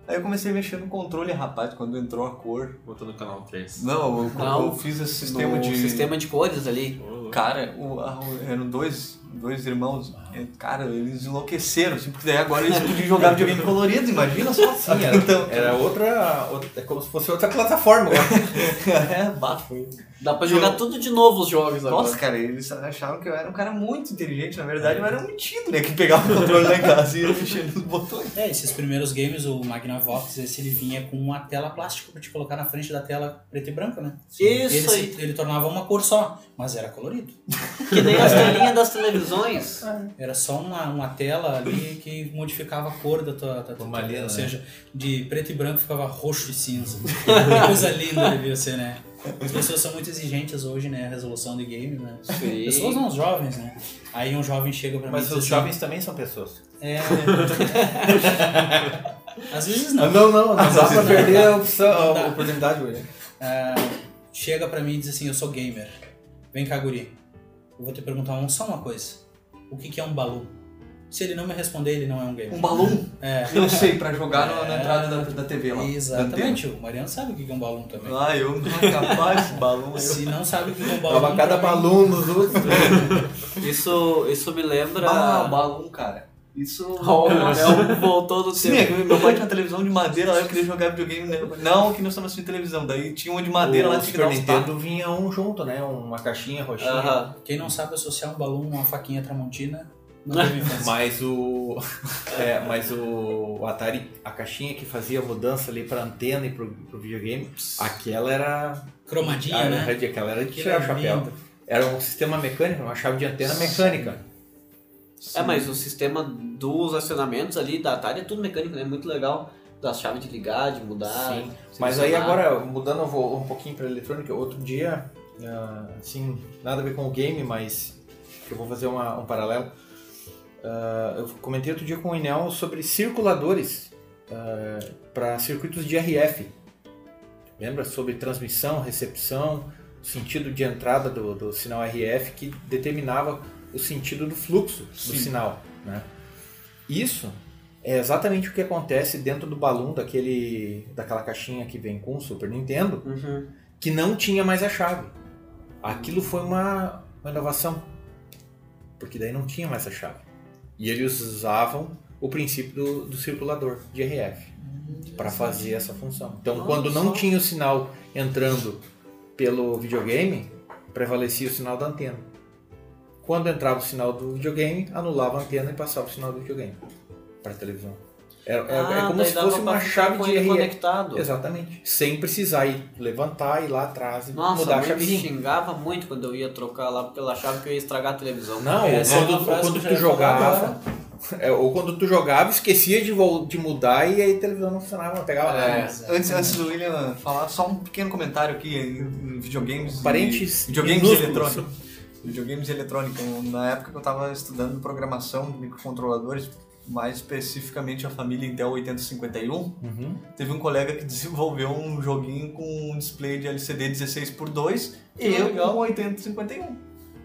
Aí eu comecei a mexer no controle, rapaz, quando entrou a cor. Botou no canal 3. Não, eu, Não, eu fiz esse sistema No de. sistema de cores ali. Cara, o- a- o- eram dois, dois irmãos. É, Cara, eles enlouqueceram, assim, porque daí agora eles podiam jogar videogame colorido, imagina só. Então, Sim, era, era outra, outra. É como se fosse outra plataforma. agora. é, bafo. Dá pra jogar tudo de novo os jogos agora. Nossa, cara, eles achavam que eu era um cara muito inteligente, na verdade eu era um metido, né? Que pegava o controle lá em casa e ia mexendo nos botões. É, esses primeiros games, o Magnavox, esse ele vinha com uma tela plástica pra te colocar na frente da tela preto e branco, né? ele, Isso se- aí. ele tornava uma cor só, mas era colorido. Que nem as telinhas das televisões. Era só uma, uma tela ali que modificava a cor da tua, da tua Uma tela. linha, Ou né? seja, de preto e branco ficava roxo e cinza. Que coisa linda devia ser, né? As pessoas são muito exigentes hoje, né? A resolução de games, né? Sim. Pessoas não, os jovens, né? Aí um jovem chega pra mim Mas e os diz assim, jovens também são pessoas. é... Às vezes não. Não, Ah, não, não. Não dá pra perder a, opção, Não dá. a oportunidade hoje. né? Ah, chega pra mim e diz assim, eu sou gamer. Vem cá, guri. Eu vou te perguntar um- só uma coisa. O que, que é um balu? Se ele não me responder, ele não é um gamer. Um balão, É. É. eu sei, pra jogar na, na entrada da, da TV lá. Da antena. Exatamente, o Mariano sabe o que é um balão também. Ah, eu não era capaz de balão. Eu... Se não sabe o que é um balão. Tava cada também- balão nos outros. Isso, isso me lembra. Ah, balão, cara. Isso... é um Oh, o Léo voltou do Sim, é que tempo. meu pai tinha uma televisão de madeira lá, eu queria jogar videogame. né? Não, que nós estamos assistindo televisão. Daí tinha uma de madeira lá, O tinha que dar Super uns tapas. Nintendo vinha um junto, né? Uma caixinha é roxinha. Aham. Quem não sabe associar um balão a uma faquinha tramontina, não teve infância. Mas o. é, mas o, o Atari, a caixinha que fazia mudança ali pra antena e pro, pro videogame, aquela era. Cromadinha, a- né? Aquela era de Aquilo tirar o é chapéu. lindo. Era um sistema mecânico, uma chave de antena mecânica. É, mas o sistema dos acionamentos ali da Atari é tudo mecânico, né? Muito legal. Das chaves de ligar, de mudar. Sim. Mas aí agora, mudando eu vou um pouquinho pra eletrônica, outro dia, ah, assim, nada a ver com o game, mas eu vou fazer uma- um paralelo. Ah, eu comentei outro dia com o Inel sobre circuladores para circuitos de RF. Lembra? Sobre transmissão, recepção, o sentido de entrada do, do sinal RF que determinava o sentido do fluxo do sinal. Né? Isso é exatamente o que acontece dentro do balão daquele, daquela caixinha que vem com o Super Nintendo, Uhum. que não tinha mais a chave. Aquilo foi uma, uma inovação, porque daí não tinha mais a chave. E eles usavam o princípio do, do circulador de RF para fazer essa função. Então, Hum, Olha quando não só. tinha o sinal entrando pelo videogame, prevalecia o sinal da antena. Quando entrava o sinal do videogame, anulava a antena e passava o sinal do videogame para a televisão. Era, era- é Ah, como daí se dava fosse pra uma ficar chave com de ele RF. conectado. Exatamente. Sem precisar ir levantar, ir lá atrás e Nossa, mudar a a mãe me chavezinha. xingava muito quando eu ia trocar lá, porque ela achava que eu ia estragar a televisão. Não, Essa é né? ou uma quando, frase quando que eu tu já ia falar jogava. é, ou quando tu jogava, esquecia de, vol- de mudar e aí a televisão não funcionava, não pegava É, nada. antes, antes do William falar, só um pequeno comentário aqui em em videogames. e- Parentes videogames e minúsculos. eletrônica. Videogames e eletrônica. Na época que eu estava estudando programação de microcontroladores, mais especificamente a família Intel 8051, Uhum. teve um colega que desenvolveu um joguinho com um display de LCD 16x2 e um. Que eu legal. com 8051.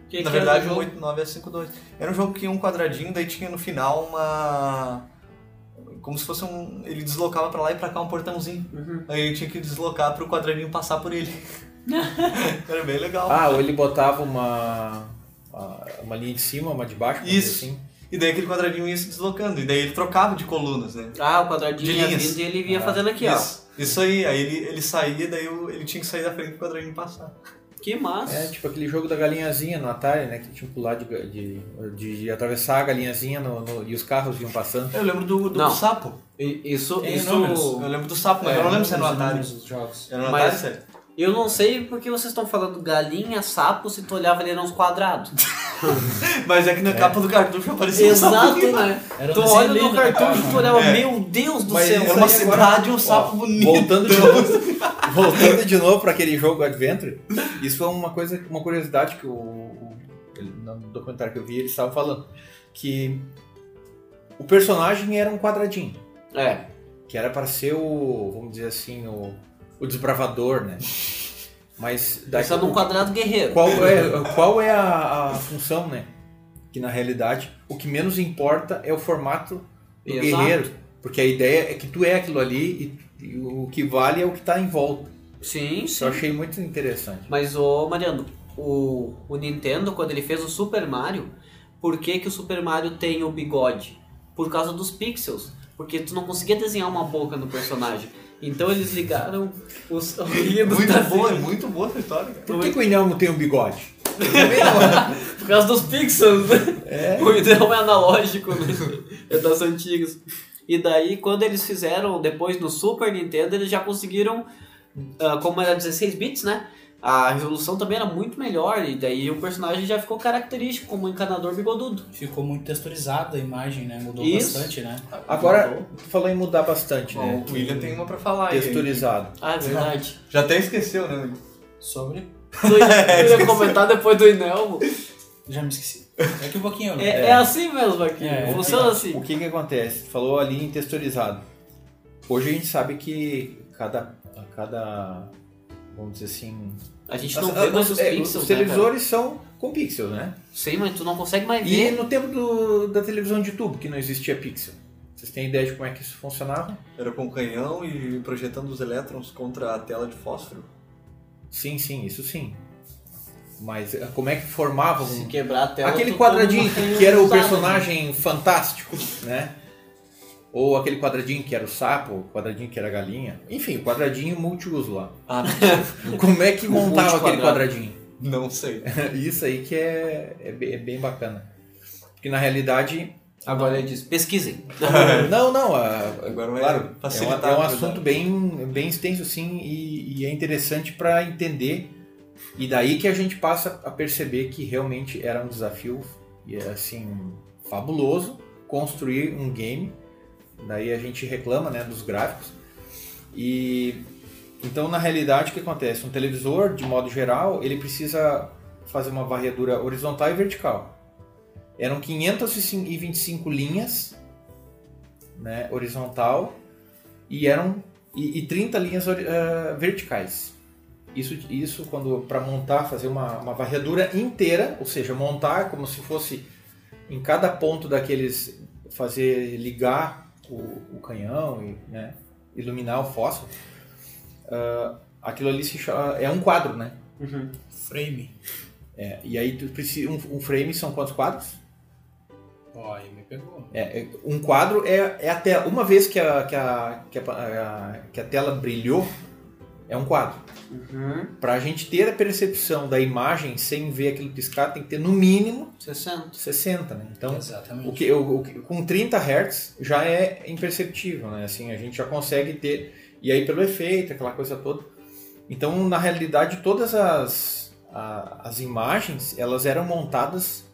Que que Na era verdade, o um jogo? 89 a 52. Era um jogo que tinha um quadradinho, daí tinha no final uma. como se fosse um. Ele deslocava pra lá e pra cá um portãozinho. Aí eu tinha que deslocar pro quadradinho passar por ele. Era bem legal. Ah, ou ele botava uma, uma linha de cima, uma de baixo, vamos Isso. dizer assim. E daí aquele quadradinho ia se deslocando. E daí ele trocava de colunas, né? Ah, o quadradinho De ia linhas. vindo e ele vinha fazendo aqui, Isso, isso aí. Aí ele, ele saía, daí eu- ele tinha que sair da frente do quadradinho e passar. ó. Que massa. É tipo aquele jogo da galinhazinha no Atari, né? Que tinha que pular de, ga- de, de, atravessar a galinhazinha no- no- e os carros iam passando. Eu lembro do, do Não. sapo. I- Isso, Tem isso. números. Eu lembro do sapo, mas É, eu não lembro se era no os Atari. nomes dos jogos. Era no Mas- Atari, sério? Eu não sei porque vocês estão falando galinha, sapo, se tu olhava ele era uns quadrados. Mas é que na capa do cartucho aparecia um Exato, sapinho. né? Era um tu desenho olha no lindo da cartucho capa. e tu olhava, É. meu Deus do Mas céu. isso É uma aí agora- cidade, um sapo Ó, bonito. Voltando de novo, voltando de novo para aquele jogo Adventure, isso foi uma coisa, uma curiosidade que o, o- ele- no documentário que eu vi eles estavam falando que o personagem era um quadradinho, É. que era para ser o, vamos dizer assim, o, o desbravador, né? Mas daí Pensando num quadrado guerreiro. qual é, qual é a, a função, né? Que na realidade o que menos importa é o formato do Exato. guerreiro. Porque a ideia é que tu é aquilo ali e, e o que vale é o que tá em volta. Sim, Isso eu achei muito interessante. Mas, ô Mariano, o, o Nintendo, quando ele fez o Super Mario, por que, que o Super Mario tem o bigode? Por causa dos pixels. Porque tu não conseguia desenhar uma boca no personagem. Então eles ligaram os ouvidos da Muito boa, é muito boa essa história. Por que, que o Inelmo tem um bigode? Por causa dos pixels, né? O ideal é analógico, né? É das antigas. E daí, quando eles fizeram, depois no Super Nintendo, eles já conseguiram, ah, como era 16 bits, né? A resolução também era muito melhor, e daí o personagem já ficou característico como um encanador bigodudo. Ficou muito texturizada a imagem, né? Mudou Isso. bastante, né? Ah, Agora, tu falou em mudar bastante, Bom, né? o William tem uma pra falar aí. Texturizado. Ah, é verdade. Já até esqueceu, né? Sobre. Eu ia comentar depois do Inelmo. Já me esqueci. É que um pouquinho, É, né? é assim mesmo aqui, É, funciona O assim. que que acontece? Tu falou ali em texturizado. Hoje a gente sabe que cada, cada vamos dizer assim, A gente não As- vê as- mais os é, pixels, os né, cara? televisores são com pixel, né? Sim, mas tu não consegue mais E ver. no tempo do- da televisão de tubo, que não existia pixel. Vocês têm ideia de como é que isso funcionava? Era com canhão e projetando os elétrons contra a tela de fósforo. Sim, sim, isso sim. Mas eh, como é que formava Se um... quebrar a tela... Aquele tu- quadradinho tu não tem né? um que era o resultado, personagem fantástico, né? Ou aquele quadradinho que era o sapo, o quadradinho que era a galinha. Enfim, o quadradinho multiuso lá. Ah, Como é que O montava aquele multiquadrado. quadradinho? não sei. Isso aí que é, é bem- é bem bacana. Porque na realidade Agora ele diz, pesquisem. Não, não. a- Agora vai claro, é um, facilitar, é um na assunto bem, bem extenso, sim, e, e é interessante para entender. E daí que a gente passa a perceber que realmente era um desafio, e é, assim, fabuloso construir um game. Daí a gente reclama, né, dos gráficos. E então na realidade o que acontece? Um televisor, de modo geral, ele precisa fazer uma varredura horizontal e vertical. Eram 525 linhas né, horizontal e eram e, e 30 linhas hori- eh, verticais. Isso, isso quando para montar, fazer uma, uma varredura inteira, ou seja, montar é como se fosse em cada ponto daqueles fazer ligar o, o canhão e né, iluminar o fósforo. ah, aquilo ali se chama, é um quadro, né? Frame. É, e aí tu precisa um, um frame são quantos quadros? Ó, aí me pegou. É, é, um quadro é, é a tela. Uma vez que a, que, a, que, a, a- que a tela brilhou, é um quadro. Uhum. Para a gente ter a percepção da imagem sem ver aquilo piscar, tem que ter no mínimo 60. 60, né? Então, o Exatamente. que, o, o que- com 30 Hz já é imperceptível, né? Assim, a gente já consegue ter. E aí, pelo efeito, aquela coisa toda. Então, na realidade, todas as, a- as imagens elas eram montadas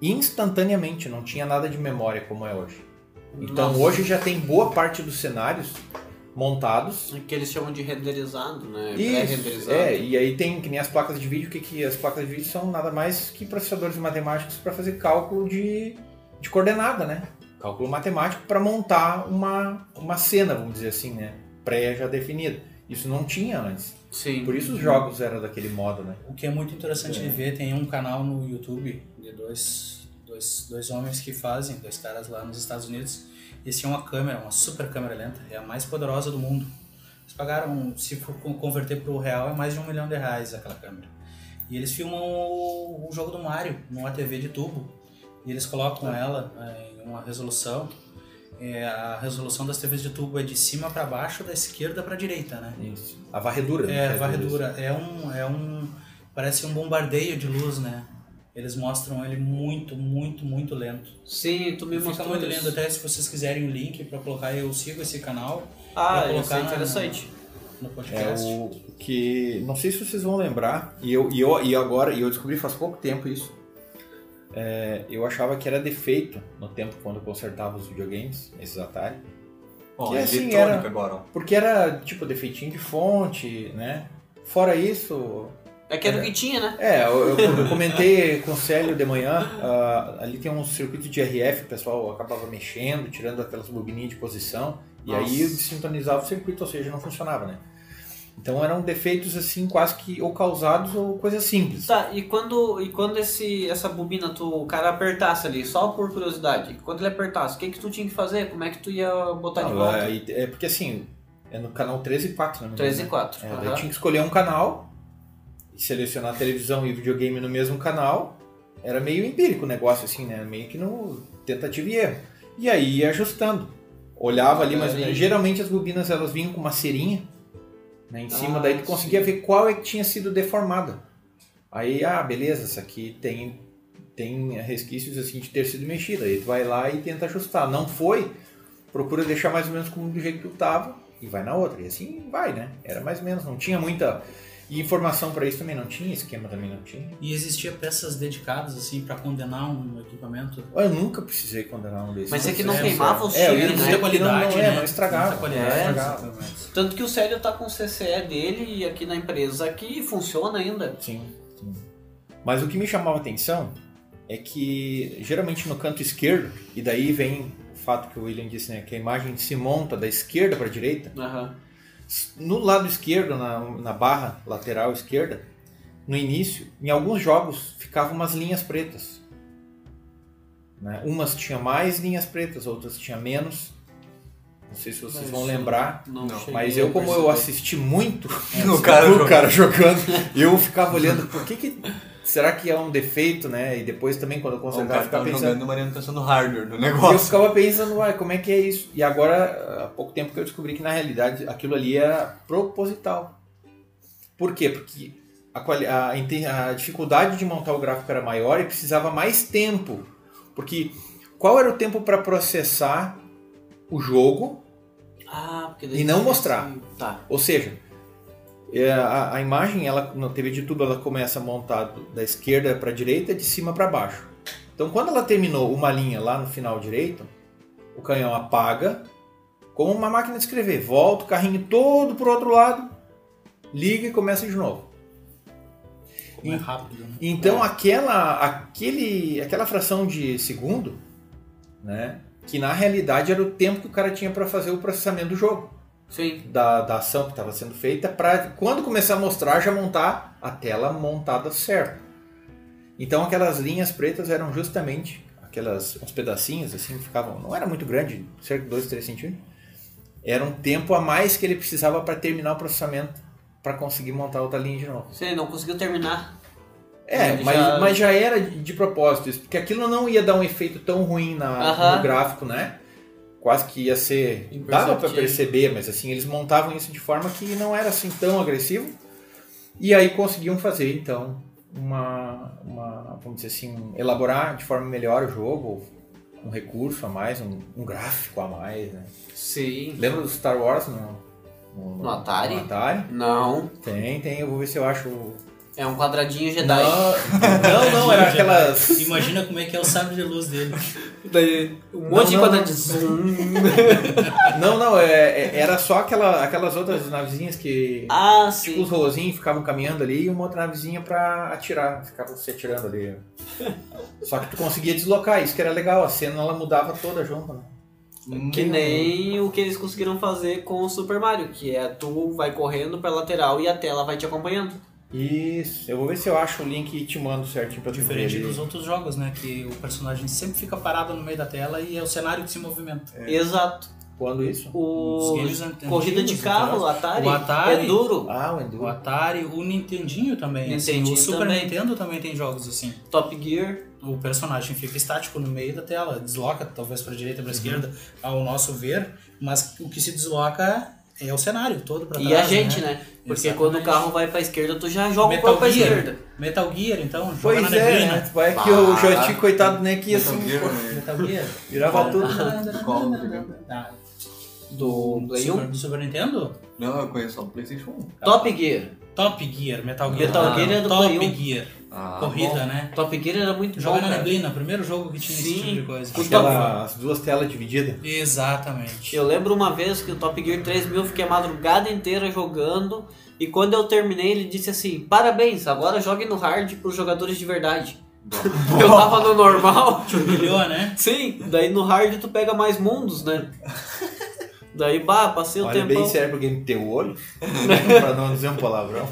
instantaneamente, não tinha nada de memória como é hoje. Então Nossa. hoje já tem boa parte dos cenários montados. É Que eles chamam de renderizado, né? Isso, Pré-renderizado. é, e aí tem que nem as placas de vídeo, que, que as placas de vídeo são nada mais que processadores matemáticos para fazer cálculo de, de coordenada, né? Cálculo matemático para montar uma, uma cena, vamos dizer assim, né? Pré já definida. Isso não tinha antes. Sim. Por isso os jogos eram daquele modo, né? O que é muito interessante de ver, tem um canal no YouTube de dois, dois, dois homens que fazem, dois caras lá nos Estados Unidos, Eles tinham uma câmera, uma super câmera lenta, é a mais poderosa do mundo. Eles pagaram, se for con- converter para o real, é mais de um milhão de reais aquela câmera. E eles filmam o, o jogo do Mario numa TV de tubo. E eles colocam ela é, em uma resolução. É, a resolução das TVs de tubo é de cima para baixo, da esquerda para direita, né? Isso. A varredura. né, É, que varredura. É um, é um. Parece um bombardeio de luz, né? Eles mostram ele muito, muito, muito lento. Sim, tu me Fica mostrou muito isso. lento. Até se vocês quiserem o link pra colocar, eu sigo esse canal Ah, Pra isso é colocar interessante. no É podcast. o que. Não sei se vocês vão lembrar, e eu, e eu, e agora, e eu descobri faz pouco tempo isso. É, eu achava que era defeito no tempo quando eu consertava os videogames, esses Atari. Ó, Que assim eletrônica era- agora, ó. Porque era tipo defeitinho de fonte, né? Fora isso, É que era o que tinha, né? É, eu, eu- eu comentei com o Célio de manhã, ah, ali tem um circuito de RF, o pessoal acabava mexendo, tirando aquelas bobininhas de posição, e aí sintonizava o circuito, ou seja, não funcionava, né? Então eram defeitos assim, quase que ou causados ou coisas simples. Tá, e quando, e quando esse, essa bobina, tu, o cara apertasse ali, só por curiosidade, quando ele apertasse, o que que tu tinha que fazer? Como é que tu ia botar de Não, volta? aí- é porque assim, é no canal 13 e 4, né? 3 e 4. É, daí tinha que escolher um canal, e selecionar televisão e videogame no mesmo canal. Era meio empírico o negócio, assim, né? Meio que no tentativa e erro. E aí ia ajustando. Olhava ali, mas Aí- geralmente as bobinas elas vinham com uma cerinha né, em cima, Ah, daí tu conseguia sim. ver qual é que tinha sido deformada. Aí, ah, beleza, essa aqui tem, tem resquícios assim de ter sido mexida. Aí tu vai lá e tenta ajustar. Não foi, procura deixar mais ou menos como do jeito que tu tava e vai na outra. E assim vai, né? Era mais ou menos, não tinha muita e informação pra isso também, não tinha esquema também, não tinha. E existia peças dedicadas, assim, pra condenar um equipamento. Eu nunca precisei condenar um desses. Mas é que não É, queimava o é, eu ia chip, dizer né? Muita não- é, né? não estragava. Muita É, qualidade, né? estragava. exatamente. Tanto que o Célio tá com o CCE dele e aqui na empresa aqui funciona ainda. Sim, sim. Mas o que me chamava a atenção é que geralmente no canto esquerdo, e daí vem o fato que o William disse, né, que a imagem se monta da esquerda para a direita, Aham. no lado esquerdo, na, na barra lateral esquerda, no início, em alguns jogos ficavam umas linhas pretas. Né? Umas tinha mais linhas pretas, outras tinha menos. Não sei se vocês Mas vão eu lembrar, Não, Não, cheguei mas a eu, como eu perceber. assisti muito O cara o jogando. cara jogando, eu ficava olhando, por que que. Será que é um defeito, né? E depois também, quando eu Ó, O consertava, cara eu ficava ficava pensando. jogando e Mariano pensando no hardware do E eu negócio. ficava pensando, uai, como é que é isso? E agora, há pouco tempo que eu descobri que na realidade aquilo ali era proposital. Por quê? Porque a, quali- a inte- a dificuldade de montar o gráfico era maior e precisava mais tempo. Porque qual era o tempo para processar o jogo? Ah, porque E não mostrar. Tá. Ou seja, é, a, a imagem ela na TV de tubo ela começa montado da esquerda para a direita, de cima para baixo. Então quando ela terminou uma linha lá no final direito, o canhão apaga, como uma máquina de escrever, volta o carrinho todo pro outro lado, liga e começa de novo. Como é rápido, né? Então aquela aquele aquela fração de segundo, né, que na realidade era o tempo que o cara tinha para fazer o processamento do jogo Sim. da, da ação que estava sendo feita para quando começar a mostrar já montar a tela montada certa. Então aquelas linhas pretas eram justamente aquelas uns pedacinhos assim que ficavam, não era muito grande, cerca de 2, 3 centímetros. Era um tempo a mais que ele precisava para terminar o processamento para conseguir montar outra linha de novo. Sim, não conseguiu terminar. É, Ele mas, Né, já- mas já era de, de propósito isso, porque aquilo não ia dar um efeito tão ruim na- Aham. no gráfico, né? Quase que ia ser. Dava pra Imperceptível. perceber, mas assim, eles montavam isso de forma que não era assim tão agressivo. E aí conseguiam fazer, então, uma. uma vamos dizer assim, um- elaborar de forma melhor o jogo, um recurso a mais, um, um gráfico a mais, né? Sim. Lembra do Star Wars no, No Atari? no Atari? Não. Tem, tem, eu vou ver se eu acho. o- Ah, É um quadradinho Jedi. Não, não, não era aquelas. Imagina como é que é o sabre de luz dele. Daí, um monte de Não, não, quadradinho. Não, não, é- é- era só aquela, aquelas outras navezinhas que. Ah, Tipo, os sim. robozinhos ficavam caminhando ali e uma outra navezinha pra atirar. Ficavam se atirando ali. Só que tu conseguia deslocar, isso que era legal, a cena ela mudava toda junto, né? Tipo, é Que um nem o que eles conseguiram fazer com o Super Mario, que é tu vai correndo pra lateral e a tela vai te acompanhando. Isso. Eu vou ver se eu acho o link e te mando certinho pra tu ver. Diferente ali. dos outros jogos, né? Que o personagem sempre fica parado no meio da tela e é o cenário que se movimenta. Exato. Quando isso? O Os games antigos, corrida de carro, o Atari, O é Atari- duro. Ah, o O Enduro. Atari, o Nintendinho também. assim, Nintendinho o Super também. Nintendo também tem jogos assim. Top Gear. O personagem fica estático no meio da tela, desloca talvez para direita, Uhum. para esquerda, ao nosso ver, mas o que se desloca é o cenário todo para trás. E a gente, né? Porque Exatamente. quando o carro vai pra esquerda, tu já joga o Metal corpo pra Gear. esquerda. Metal Gear, então, joga Pois na é, neblina. né? Vai que o joystick, coitado, nem aqui Então, Metal assim. Gear, pô, né? Metal Gear. Virava tudo. Qual? Ah, Do Play 1. Super, do Super Nintendo? Não, eu conheço só o PlayStation 1. Top Gear. Top Gear, Metal Gear. Ah, Metal Gear é do Top Play um. Gear. Ah, Corrida, bom. né? Top Gear era muito Joga bom, na cara. neblina, primeiro jogo que tinha Sim. esse tipo de coisa. O Aquela, as duas telas divididas. Exatamente. Eu lembro uma vez que o Top Gear 3000 eu fiquei a madrugada inteira jogando e quando eu terminei ele disse assim, parabéns, agora joguem no hard pros jogadores de verdade. eu tava no normal. Te humilhou, né? Sim, daí no hard tu pega mais mundos, né? Daí, bah, passei um o Olha tempão. bem sério pro game ter o olho. pra não dizer um palavrão.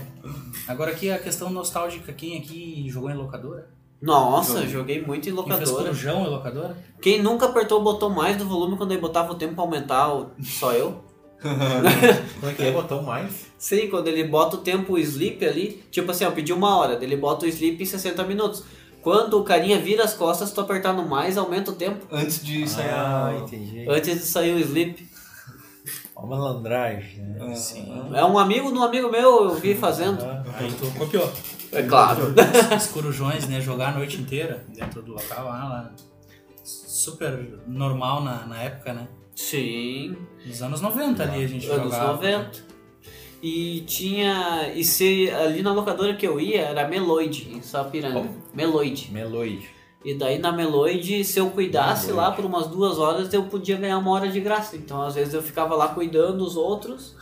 Agora aqui a questão nostálgica, quem aqui jogou em locadora? Nossa, joguei muito em Quem fez locadora. corujão em locadora? Quem nunca apertou o botão mais do volume quando ele botava o tempo pra aumentar? o- Só eu? Como é que é? Botão mais? Sim, quando ele bota o tempo sleep ali, tipo assim, ó, pediu uma hora, daí ele bota o sleep em 60 minutos. Quando o carinha vira as costas, tu apertar no mais, aumenta o tempo. Antes de sair Ah, a... entendi. Antes de sair o sleep. Uma malandragem, né? Ah, Sim. É um amigo de um amigo meu, eu vi fazendo. Ah, Aí tu copiou. É claro. Os corujões, né? Jogar a noite inteira dentro do local lá, lá. Super normal na, na época, né? Sim. Nos anos 90 ali a gente anos jogava. 90. E tinha. E se ali na locadora que eu ia era Meloid, em Sapiranga. Meloid. Meloid. E daí na Meloid, se eu cuidasse Meloid. lá por umas duas horas, eu podia ganhar uma hora de graça. Então às vezes eu ficava lá cuidando os outros.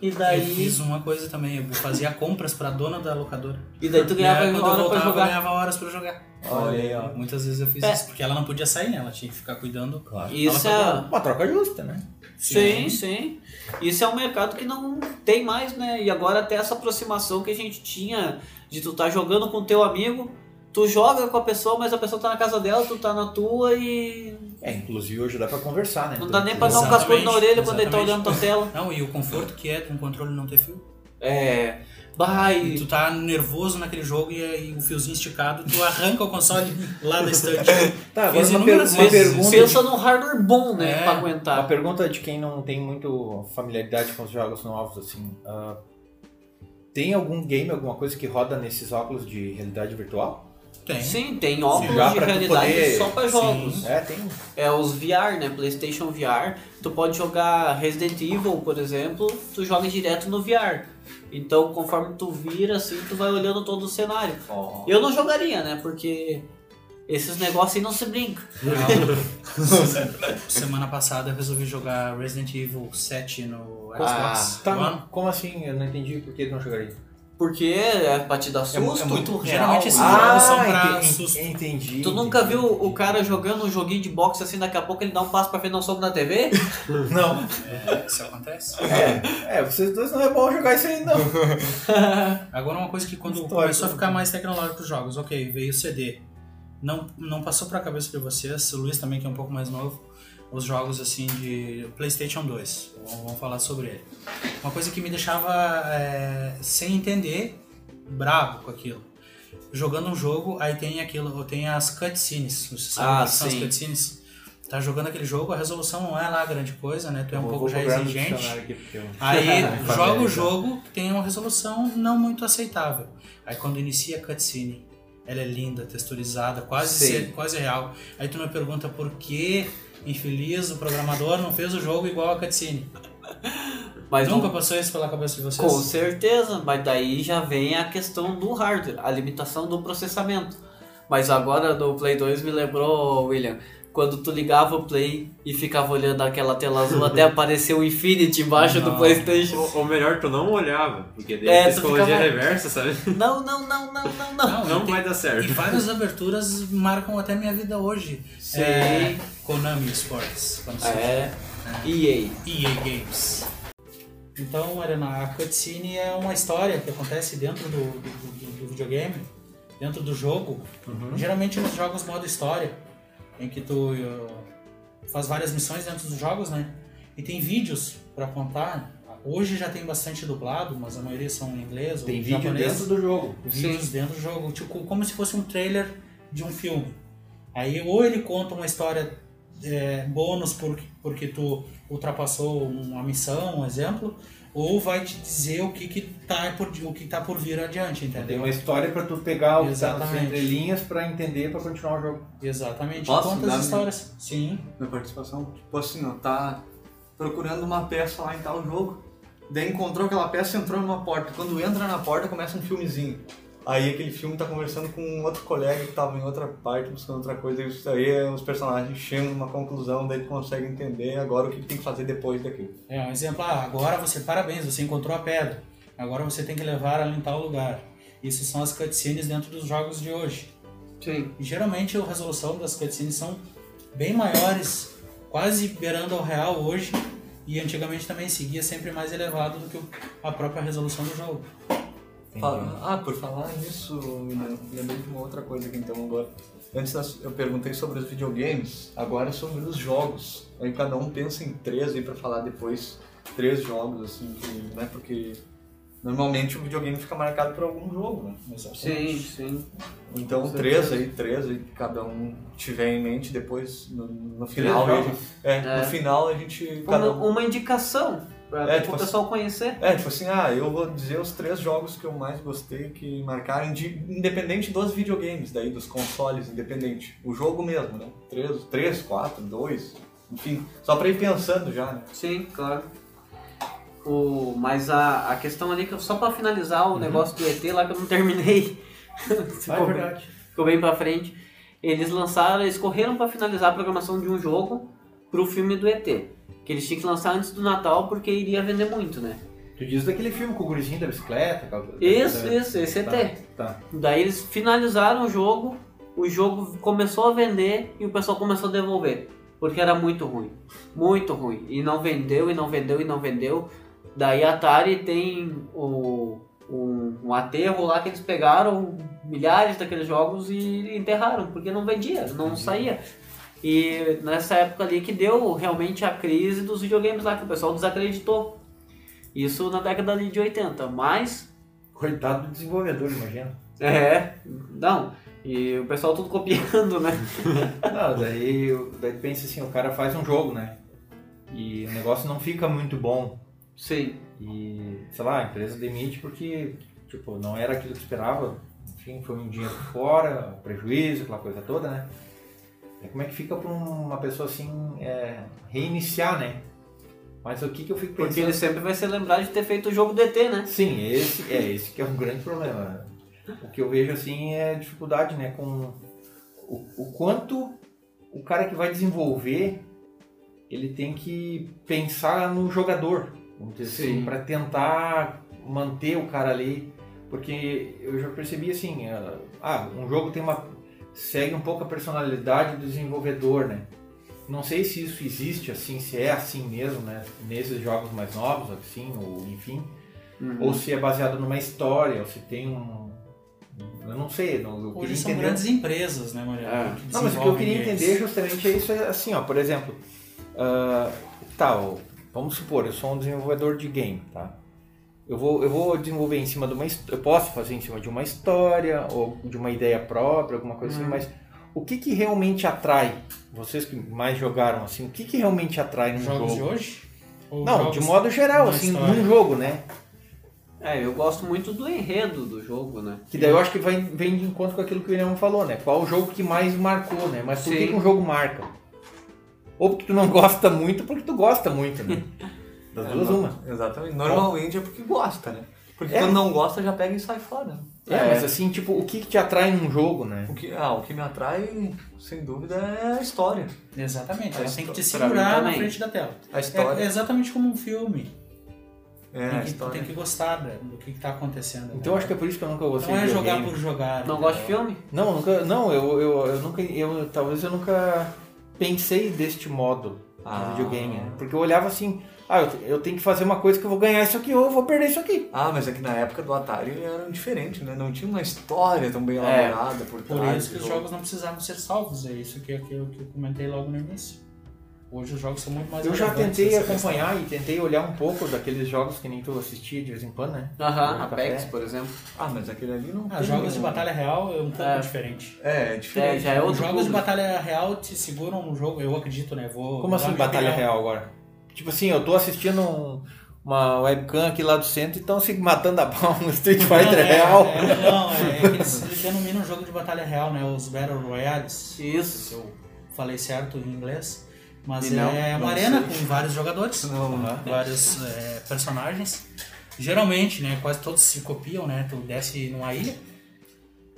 E Eu daí. fiz uma coisa também, eu fazia compras pra dona da locadora. E daí tu ganhava e aí, quando hora eu pra voltava, eu jogar. ganhava horas pra jogar. Olha aí, ó. Muitas vezes eu fiz É. isso, porque ela não podia sair, né? Ela tinha que ficar cuidando. Claro. Isso é. Ela Uma troca justa, né? Sim, sim. Isso é um mercado que não tem mais, né? E agora até essa aproximação que a gente tinha de tu tá jogando com teu amigo, tu joga com a pessoa, mas a pessoa tá na casa dela, tu tá na tua e É, inclusive hoje dá pra conversar, né? não Então, dá nem pra dar um Exatamente, cascudo na orelha quando ele tá exatamente. olhando tua tela. Não, e o conforto que é de um controle não ter fio. É. Vai. E tu tá nervoso naquele jogo e, aí o fiozinho esticado, tu arranca o console lá da estante. um Tá, agora Fiz uma, per- inúmeras uma vezes. pergunta. Pensa num hardware bom, né? É, pra Uma aguentar. pergunta de quem não tem muito familiaridade com os jogos novos, assim. ah, tem algum game, alguma coisa que roda nesses óculos de realidade virtual? Tem. Sim, tem óculos Já de pra tu realidade poder- só pra jogos. É, tem. É os VR, né? PlayStation VR. Tu pode jogar Resident Evil, por exemplo, tu joga direto no VR. Então, conforme tu vira, assim, tu vai olhando todo o cenário. Ó. Eu não jogaria, né? Porque esses negócios aí não se brinca. Não. Semana passada eu resolvi jogar Resident Evil 7 no Xbox Tá, One. mas como assim? Eu não entendi por que não jogaria. Porque é pra te dar susto. é muito real. Geralmente esses Ah, jogos são pra enten- susto. entendi. Tu nunca viu o cara jogando um joguinho de boxe assim, daqui a pouco ele dá um passo pra frente, dá um soco na TV? Não. É, isso acontece. É, é, vocês dois não é bom jogar isso aí, não. Agora uma coisa que quando Histórico. começou a ficar mais tecnológico os jogos, ok, veio o CD. Não, não passou pra cabeça de vocês, o Luiz também que é um pouco mais novo, os jogos assim de Playstation 2. Vamos vamos falar sobre ele. Uma coisa que me deixava é, sem entender, bravo com aquilo. Jogando um jogo, aí tem aquilo, tem as cutscenes. Você sabe Ah, o que são as sim. cutscenes? Tá jogando aquele jogo, a resolução não é lá grande coisa, né? Tu é um Vou- pouco vou já procurar no exigente. dicionário aqui, porque eu- Aí Familiarizar. joga né? o jogo, tem uma resolução não muito aceitável. Aí quando inicia a cutscene, ela é linda, texturizada, Sim. quase, se- quase real. Aí tu me pergunta por que, infeliz, o programador não fez o jogo igual a cutscene. Mas Nunca passou isso pela cabeça de vocês? Com certeza, mas daí já vem a questão do hardware, a limitação do processamento. Mas agora no Play 2 me lembrou, William, quando tu ligava o Play e ficava olhando aquela tela azul até aparecer o Infinity embaixo do Não. PlayStation. Ou, ou melhor, tu não olhava, porque daí É, é, tu psicologia ficava- reversa, sabe? Não, não, não, não, não, não. Não, Não tem- vai dar E certo. várias aberturas marcam até minha vida hoje. Sim. É, É. Konami Sports. quando se- É. EA. EA Games. Então, Mariana, a cutscene é uma história que acontece dentro do, do- do- do videogame, dentro do jogo. Uhum. Geralmente nos jogos modo história, em que tu eh, faz várias missões dentro dos jogos, né? E tem vídeos pra contar. Hoje já tem bastante dublado, mas a maioria são em inglês Tem ou vídeo japonês dentro do jogo. vídeos dentro do jogo, tipo, como se fosse um trailer de um filme. Aí ou ele conta uma história é, bônus porque, porque tu ultrapassou uma missão, um exemplo, ou vai te dizer o que, que tá por di- o que tá por vir adiante, né? Tem entendeu? uma história pra tu pegar o que tá nas Exatamente. entrelinhas pra entender pra continuar o jogo. Exatamente. Posso Conta dar as minha- histórias. Sim. Minha participação, tipo assim, ó, tá procurando uma peça lá em tal jogo, daí encontrou aquela peça e entrou numa porta. Quando entra na porta, começa um filmezinho. Aí aquele filme tá conversando com um outro colega que tava em outra parte, buscando outra coisa, e isso aí é os personagens chegam numa conclusão, daí tu consegue entender agora o que tem que fazer depois daquilo. É um exemplo, ah, agora você, parabéns, você encontrou a pedra. Agora você tem que levar ela em tal lugar. Isso são as cutscenes dentro dos jogos de hoje. Sim. E geralmente a resolução das cutscenes são bem maiores, quase beirando ao real hoje, e antigamente também seguia sempre mais elevado do que o- a própria resolução do jogo. Uhum. Fala- ah, por falar nisso, né, lembrei de uma outra coisa aqui então agora. Antes das- eu perguntei sobre os videogames, agora é sobre os jogos. Aí cada um pensa em três aí pra falar depois. Três jogos, assim, que, né? Porque normalmente o videogame fica marcado por algum jogo, né? Sim, sim. Então Com três aí, três aí, que cada um tiver em mente depois, no, no final. jogos? a gente- é, É. no final a gente. Uma, Cada um, uma indicação pra, É, pro tipo pessoal conhecer. é, tipo assim, ah, eu vou dizer os três jogos que eu mais gostei que marcaram, de, independente dos videogames, daí, dos consoles, independente. O jogo mesmo, né? Três, três quatro, dois, enfim. Só pra ir pensando já, né? Sim, claro. O, mas a, a questão ali, que eu- só pra finalizar Uhum. o negócio do ET lá que eu não terminei. Ah, é Ficou bem- verdade. ficou bem pra frente. Eles lançaram, eles correram pra finalizar a programação de um jogo pro filme do ET. Que eles tinham que lançar antes do Natal porque iria vender muito, né? Tu diz daquele filme com o gurizinho da bicicleta. com a- Isso, da- isso, esse ET. Tá. tá. Daí eles finalizaram o jogo, o jogo começou a vender e o pessoal começou a devolver. Porque era muito ruim. Muito ruim. E não vendeu, e não vendeu, e não vendeu. Daí a Atari tem o, um, um aterro lá que eles pegaram milhares daqueles jogos e enterraram, porque não vendia, não saía. E nessa época ali que deu realmente a crise dos videogames lá, que o pessoal desacreditou. Isso na década ali de 80, mas Coitado do desenvolvedor, imagina. é, não. E o pessoal tudo copiando, né? Não, Ah, daí, daí pensa assim, o cara faz um jogo, né? E o negócio não fica muito bom. Sim. E, sei lá, a empresa demite porque, tipo, não era aquilo que esperava. Enfim, foi um dinheiro fora, um prejuízo, aquela coisa toda, né? E como é que fica pra uma pessoa assim, é, reiniciar, né? Mas o que que eu fico Porque pensando? ele sempre vai ser lembrado de ter feito o jogo do ET, né? Sim, esse é esse que é um grande problema. O que eu vejo assim é dificuldade, né, com o, o quanto o cara que vai desenvolver ele tem que pensar no jogador, vamos dizer assim, Sim. para tentar manter o cara ali, porque eu já percebi assim, ah, ah, um jogo tem uma segue um pouco a personalidade do desenvolvedor, né? Não sei se isso existe assim, se é assim mesmo, né? Nesses jogos mais novos, assim, ou enfim ou se é baseado numa história, ou se tem um. Eu não sei, não, eu Hoje queria são entender. Ah. grandes empresas, né, Maria? É. que Não, mas o que eu queria desenvolvem entender justamente é isso, é assim, ó, por exemplo, ah, tá, ó, vamos supor, eu sou um desenvolvedor de game, tá? Eu vou, eu vou desenvolver em cima de uma his- eu posso fazer em cima de uma história ou de uma ideia própria, alguma coisa Uhum. assim, mas o que que realmente atrai vocês que mais jogaram assim? O que que realmente atrai num games. Jogos é jogo? de hoje? Ou Não, jogos- de modo geral, uma assim, história? num jogo, né? É, eu gosto muito do enredo do jogo, né? Que daí eu acho que vai, vem de encontro com aquilo que o William falou, né? Qual o jogo que mais marcou, né? Mas por que, Sim. que um jogo marca? Ou porque tu não gosta muito, ou porque tu gosta muito, né? Das duas, É, uma. no- Exatamente. Normalmente é porque gosta, né? Porque É. quando não gosta, já pega e sai fora. né? É, mas assim, tipo, o que, que te atrai num jogo, né? O que, ah, o que me atrai, sem dúvida, é a história. Exatamente, A ela tem que te histó- pra mim segurar na também. frente da tela. A É, é história. exatamente como um filme. É, tem, a que, tu tem história. que gostar né, do que, que tá acontecendo. Então né? acho que é por isso que eu nunca gostei não é de jogar videogame. por jogar. né? Não entendeu? gosto de filme? Não, nunca. Não, eu, eu, eu nunca. Eu, talvez eu nunca pensei deste modo. Ah. no videogame. né? Porque eu olhava assim, ah, eu, te- eu tenho que fazer uma coisa que eu vou ganhar isso aqui ou eu vou perder isso aqui. Ah, mas é que na época do Atari era diferente, né? Não tinha uma história tão bem É. elaborada por Por trás. isso que do os jogo. jogos não precisavam ser salvos, é isso que, que, eu- que eu comentei logo no início. Hoje os jogos são muito mais Eu já relevantes tentei nessa questão. acompanhar e tentei olhar um pouco daqueles jogos que nem tu assistia de vez em quando, né? Aham, Café. Apex, por exemplo. Ah, mas aquele ali não Ah, tem jogos de um- batalha real é um pouco É. diferente. É, é É, diferente. já é Os outro jogos de público. batalha real te seguram um jogo, eu acredito, né? Vou Como dar assim um minha batalha opinião. real agora? Tipo assim, eu tô assistindo um- uma webcam aqui lá do centro e estão se matando a pau no Street Fighter é, real. é, não, é que eles, eles denominam jogo de batalha real, né? Os Battle Royales. Isso. Se eu falei certo em inglês. Mas E não, é não uma arena sei. com vários jogadores, é um- Não, não. vários é, personagens. Geralmente, né? Quase todos se copiam, né? Tu desce numa ilha.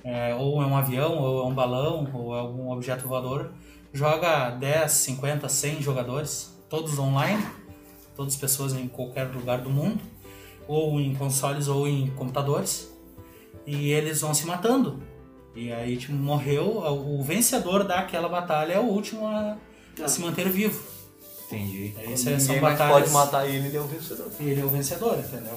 é, ou é um avião, ou é um balão, ou é algum objeto voador. Joga 10, 50, 100 jogadores, todos online, todas pessoas em qualquer lugar do mundo, ou em consoles ou em computadores, e eles vão se matando. E aí, tipo, morreu, o vencedor daquela batalha é o último a, a se manter vivo. Entendi. Isso é, são Ah. Ninguém mais batalhas. pode matar ele, ele é o vencedor. E ele é o vencedor, entendeu?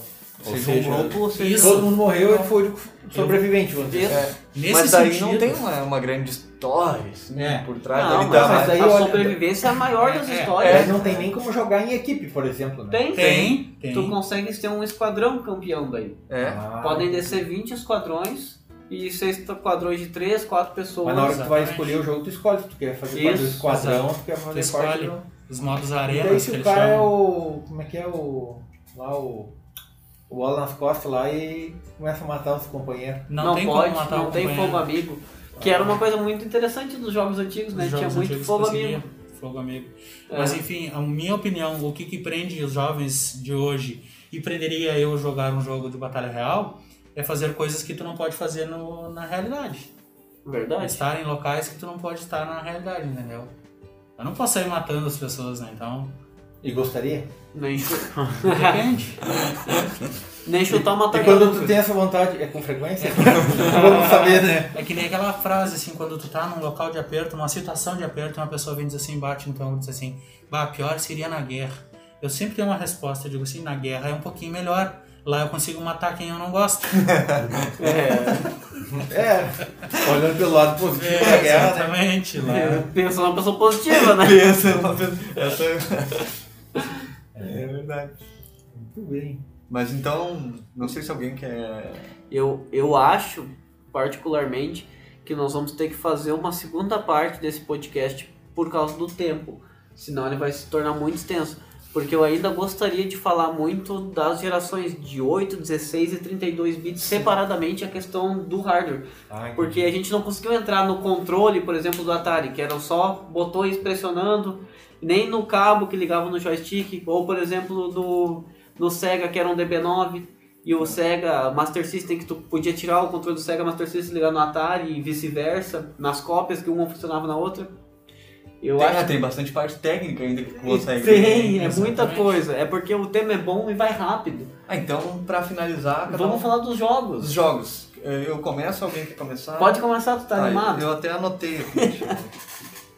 Ou seja, seja, um grupo, ou seja... Isso. Todo mundo morreu e foi o sobrevivente, vamos dizer. assim. Isso. Nesse mas daí sentido, não tem uma, uma grande história assim, É. por trás. Não, ele mas, dá mas mais- daí aí a olha- sobrevivência é a maior das É, histórias. Não tem nem como jogar em equipe, por exemplo, né? Tem, Tem, tem. Tu consegues ter um esquadrão campeão daí. É. Ah, Podem descer 20 esquadrões e seis esquadrões de 3, 4 pessoas. Mas na hora que tu vai Exatamente. escolher o jogo, tu escolhe se tu quer fazer parte do Isso, esquadrão, se tu quer fazer Tu parte escolhe. do... Os modos E arena, daí que se o eles cara é chamam. o... Como é que é o... Lá o... O Alan nas costas lá e começa a matar os companheiros. Não, tem pode, como matar um não o tem companheiro. fogo amigo. Que era uma coisa muito interessante dos jogos antigos, né? Os Tinha jogos muito antigos fogo conseguiam. amigo. Fogo amigo. É. Mas enfim, a minha opinião, o que, que prende os jovens de hoje e prenderia eu jogar um jogo de batalha real é fazer coisas que tu não pode fazer no- na realidade. É Verdade. Estar em locais que tu não pode estar na realidade, entendeu? Eu não posso sair matando as pessoas, né? Então, E gostaria? Nem, chu- depende. nem chutar uma E quando tu tartaruga. tem essa vontade, é com frequência? Vamos saber, né? É que nem aquela frase assim, quando tu tá num local de aperto, uma situação de aperto, uma pessoa vem e diz assim, bate então, diz assim, bah, pior seria na guerra. Eu sempre tenho uma resposta, eu digo assim, na guerra é um pouquinho melhor. Lá eu consigo matar quem eu não gosto. É, É, olhando pelo lado positivo É, da guerra, né? exatamente. Lá. pensa numa pessoa positiva, né? Pensa, ela pensa- essa é... é verdade. Muito bem. Mas então, não sei se alguém quer... Eu, eu acho, particularmente, que nós vamos ter que fazer uma segunda parte desse podcast por causa do tempo. Senão ele vai se tornar muito extenso. Porque eu ainda gostaria de falar muito das gerações de 8, 16 e 32 bits separadamente a questão do hardware. Ah, Porque a gente não conseguiu entrar no controle, por exemplo, do Atari, que eram só botões pressionando, nem no cabo que ligava no joystick, ou por exemplo do, no Sega, que era um DB9, e o Sega Master System, que tu podia tirar o controle do Sega Master System e ligar no Atari, e vice-versa, nas cópias que uma funcionava na outra. Eu Tem, acho ah, tem bastante parte técnica ainda que consegue. né? tem, é muita Exatamente. coisa. É porque o tema é bom e vai rápido. Ah, então, pra finalizar, cada um- Vamos falar dos os jogos. jogos. Eu começo, alguém quer começar? Pode começar, tu tá Ah, animado? Eu até anotei aqui. deixa eu ver.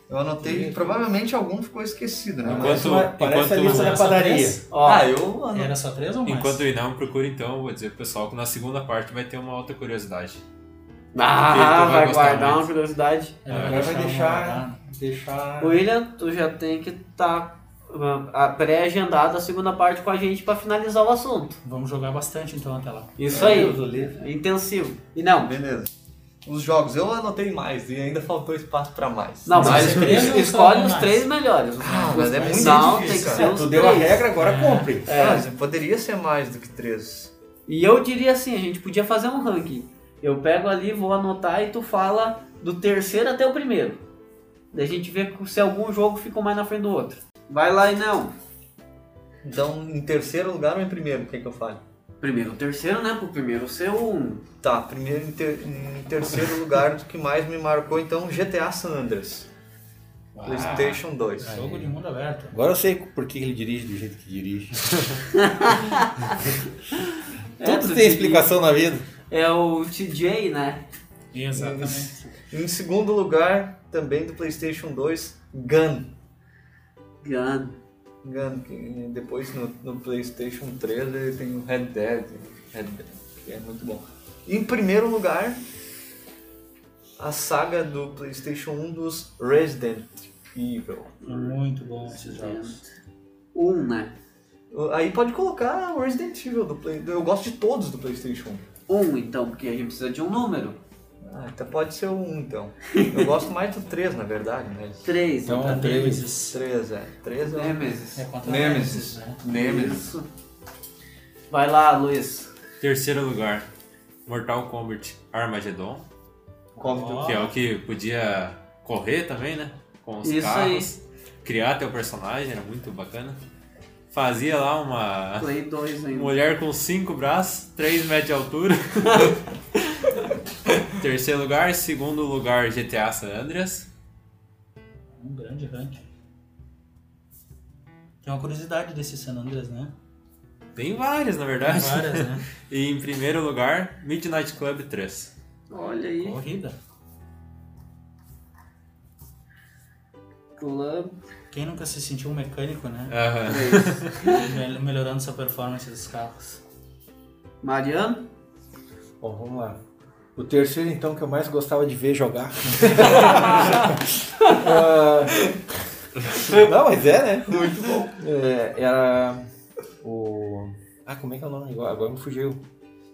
Eu anotei, provavelmente algum ficou esquecido, né? Mas- Parece, uma, Enquanto- parece a enquanto- lista da Era só padaria. três? Ó, ah, eu anotei. Era só três ou mais? Enquanto o Inal procura, então, eu vou dizer pro pessoal que na segunda parte vai ter uma outra curiosidade. Ah, Ele vai vai gostar guardar uma muito. curiosidade. Ele Agora vai uma- deixar... né? deixar... William, tu já tem que estar pré-agendada a segunda parte com a gente pra finalizar o assunto. Vamos jogar bastante então até lá. Isso aí, Deus o livre. intensivo. E não, Beleza. Os jogos, eu anotei mais e ainda faltou espaço pra mais. não, Mas mas os três es- não escolhe são os mais. três melhores. Ah, Os- mas é muito não, difícil, tem que cara. ser os Tu deu a três. regra, agora cumpre. É. Mas poderia ser mais do que três. E eu diria assim, a gente podia fazer um ranking. Eu pego ali, vou anotar e tu fala do terceiro até o primeiro. Daí a gente vê se algum jogo ficou mais na frente do outro. Vai lá e não. Então, em terceiro lugar ou em primeiro? O que é que eu falo? Primeiro o terceiro, né? Pro primeiro ser um. Tá, primeiro em, ter- em terceiro lugar do que mais me marcou, então, GTA San Andreas. PlayStation 2. Jogo de mundo aberto. Agora eu sei por que ele dirige do jeito que dirige. É, Tudo tu tem te- explicação na vida. É o TJ, né? Exatamente. Em segundo lugar, também do PlayStation 2, Gun. Engano. Engano, que depois no, no PlayStation 3 ele tem o Red Dead, Red Dead, que é muito bom. Em primeiro lugar, a saga do PlayStation 1 dos Resident Evil. Muito bom esses jogos. Um, né? Aí pode colocar o Resident Evil do Play. Eu gosto de todos do PlayStation 1. Um, então, porque a gente precisa de um número. Ah, então pode ser o 1 então. Eu gosto mais do 3, na verdade, mas. Três, Então, então. Contra três. Nemesis. 3, é. 3 é. Nemesis. É contra Nemesis. Nemesis, né? Nemesis. Isso. Vai lá, Luiz. Terceiro lugar, Mortal Kombat Armageddon, Ó. que é o que podia correr também, né? Com os Isso carros. Criar teu personagem, era muito bacana. Fazia lá uma Play 2 ainda. mulher com cinco braços, 3 metros de altura. Terceiro lugar, segundo lugar GTA San Andreas. Um grande ranking. Tem uma curiosidade desse San Andreas, né? Tem várias, na Tem verdade. várias, né? E em primeiro lugar, Midnight Club 3. Olha aí. Corrida. Club Quem nunca se sentiu um mecânico, né? Aham. 3. Mel- Melhorando sua performance dos carros. Mariano? Bom, vamos lá. O terceiro, então, que eu mais gostava de ver jogar. Ah, Não, mas é, né? Muito bom. era o. Ah, como é que é o nome? Agora, agora me fugiu.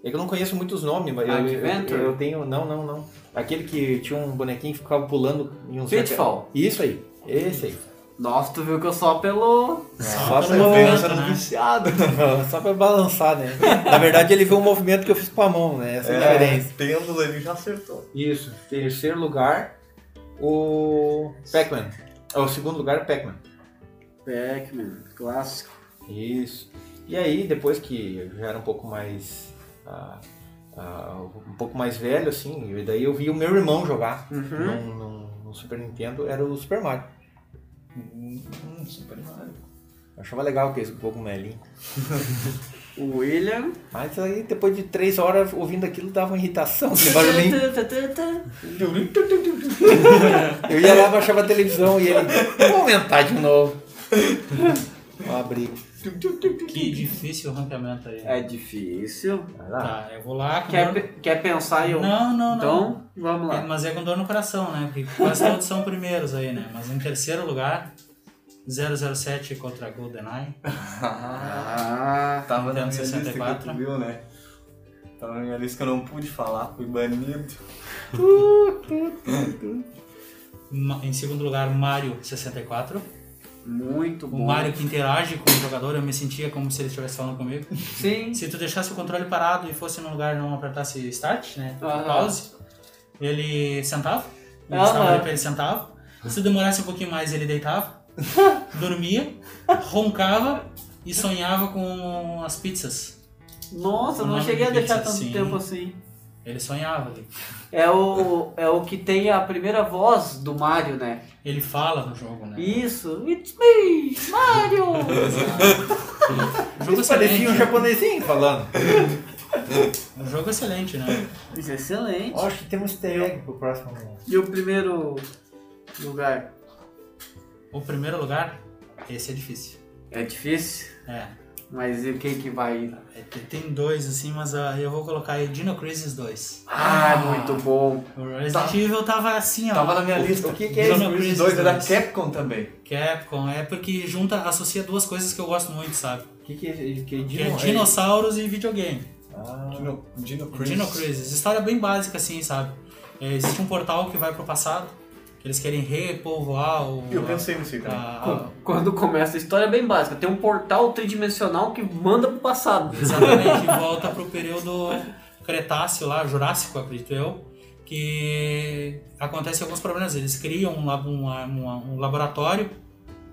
É que eu não conheço muitos nomes, mas eu, eu, Adventure? eu tenho. Não, não, não. Aquele que tinha um bonequinho que ficava pulando em um Pitfall. Isso aí. Esse aí. Nossa, tu viu que eu só pelo. É, Só Nossa, pelo eu momento, penso era né? viciado. Só pra balançar, né? Na verdade, ele viu um movimento que eu fiz com a mão, né? Essa é a diferença. pêndulo, ele já acertou. Isso. Terceiro lugar, o Pac-Man. Ah, O segundo lugar, Pac-Man. Pac-Man, clássico. Isso. E aí, depois que eu já era um pouco mais. ah, ah, um pouco mais velho, assim, e daí eu vi o meu irmão jogar Uhum. num- num- no Super Nintendo, era o Super Mario. Hum, Super Mario. Eu achava legal aquele cogumelinho. O William. Mas aí, depois de três horas ouvindo aquilo, dava uma irritação, aquele barulhinho. Eu ia lá, baixava a televisão e ele. Vou aumentar de novo. Vou abrir. Que difícil o ranqueamento aí. É difícil. Vai lá. Tá, eu vou lá com Quer, dor... pe- quer pensar em um? Não, não, não. Então, vamos lá. Mas é com dor no coração, né? Porque quase todos são primeiros aí, né? Mas em terceiro lugar, 007 contra GoldenEye. Ah, Tava na minha lista 64. que tu viu, né? Tava na minha lista que eu não pude falar, fui banido. Ma- Em segundo lugar, Mario 64. muito O bom. Mario que interage com o jogador, eu me sentia como se ele estivesse falando comigo. Sim. Se tu deixasse o controle parado e fosse num lugar e não apertasse start, né? Aham. Pause, ele sentava. Ele Aham. estava ali pra ele sentava. Se demorasse um pouquinho mais, ele deitava, dormia, roncava e sonhava com as pizzas. Nossa, eu não Nome cheguei a de deixar pizza, tanto sim. tempo assim. Ele sonhava ali. É o, é o que tem a primeira voz do Mario, né? Ele fala no jogo, né? Isso. It's me, Mario! Um jogo Isso parecia um excelente. japonesinho falando. Um jogo excelente, né? Isso é excelente. Acho que temos easter egg pro próximo. E o primeiro lugar? O primeiro lugar, esse é difícil. É difícil, É. mas e quem que vai? é, tem- Tem dois, assim, mas ah, eu vou colocar aí Dino Crisis 2. Ah, muito bom. O Resident Evil tava assim, ó. Tá. Tava na minha lista. O que que é Dino Dino Crisis Crisis 2 era dois. Capcom também. Capcom, é porque junta, associa duas coisas que eu gosto muito, sabe? O que, que é que é Que é Dino? dinossauros e videogame. Ah, Dino, Dino Crisis. Dino Crisis. História bem básica, assim, sabe? É, existe um portal que vai pro passado, que eles querem repovoar o... Eu pensei nisso aí também. a- a- Quando começa a história é bem básica. Tem um portal tridimensional que manda pro passado. exatamente, e volta pro período Cretáceo lá, Jurássico, acredito eu, que acontece alguns problemas. Eles criam um, lab- um la- um la- um laboratório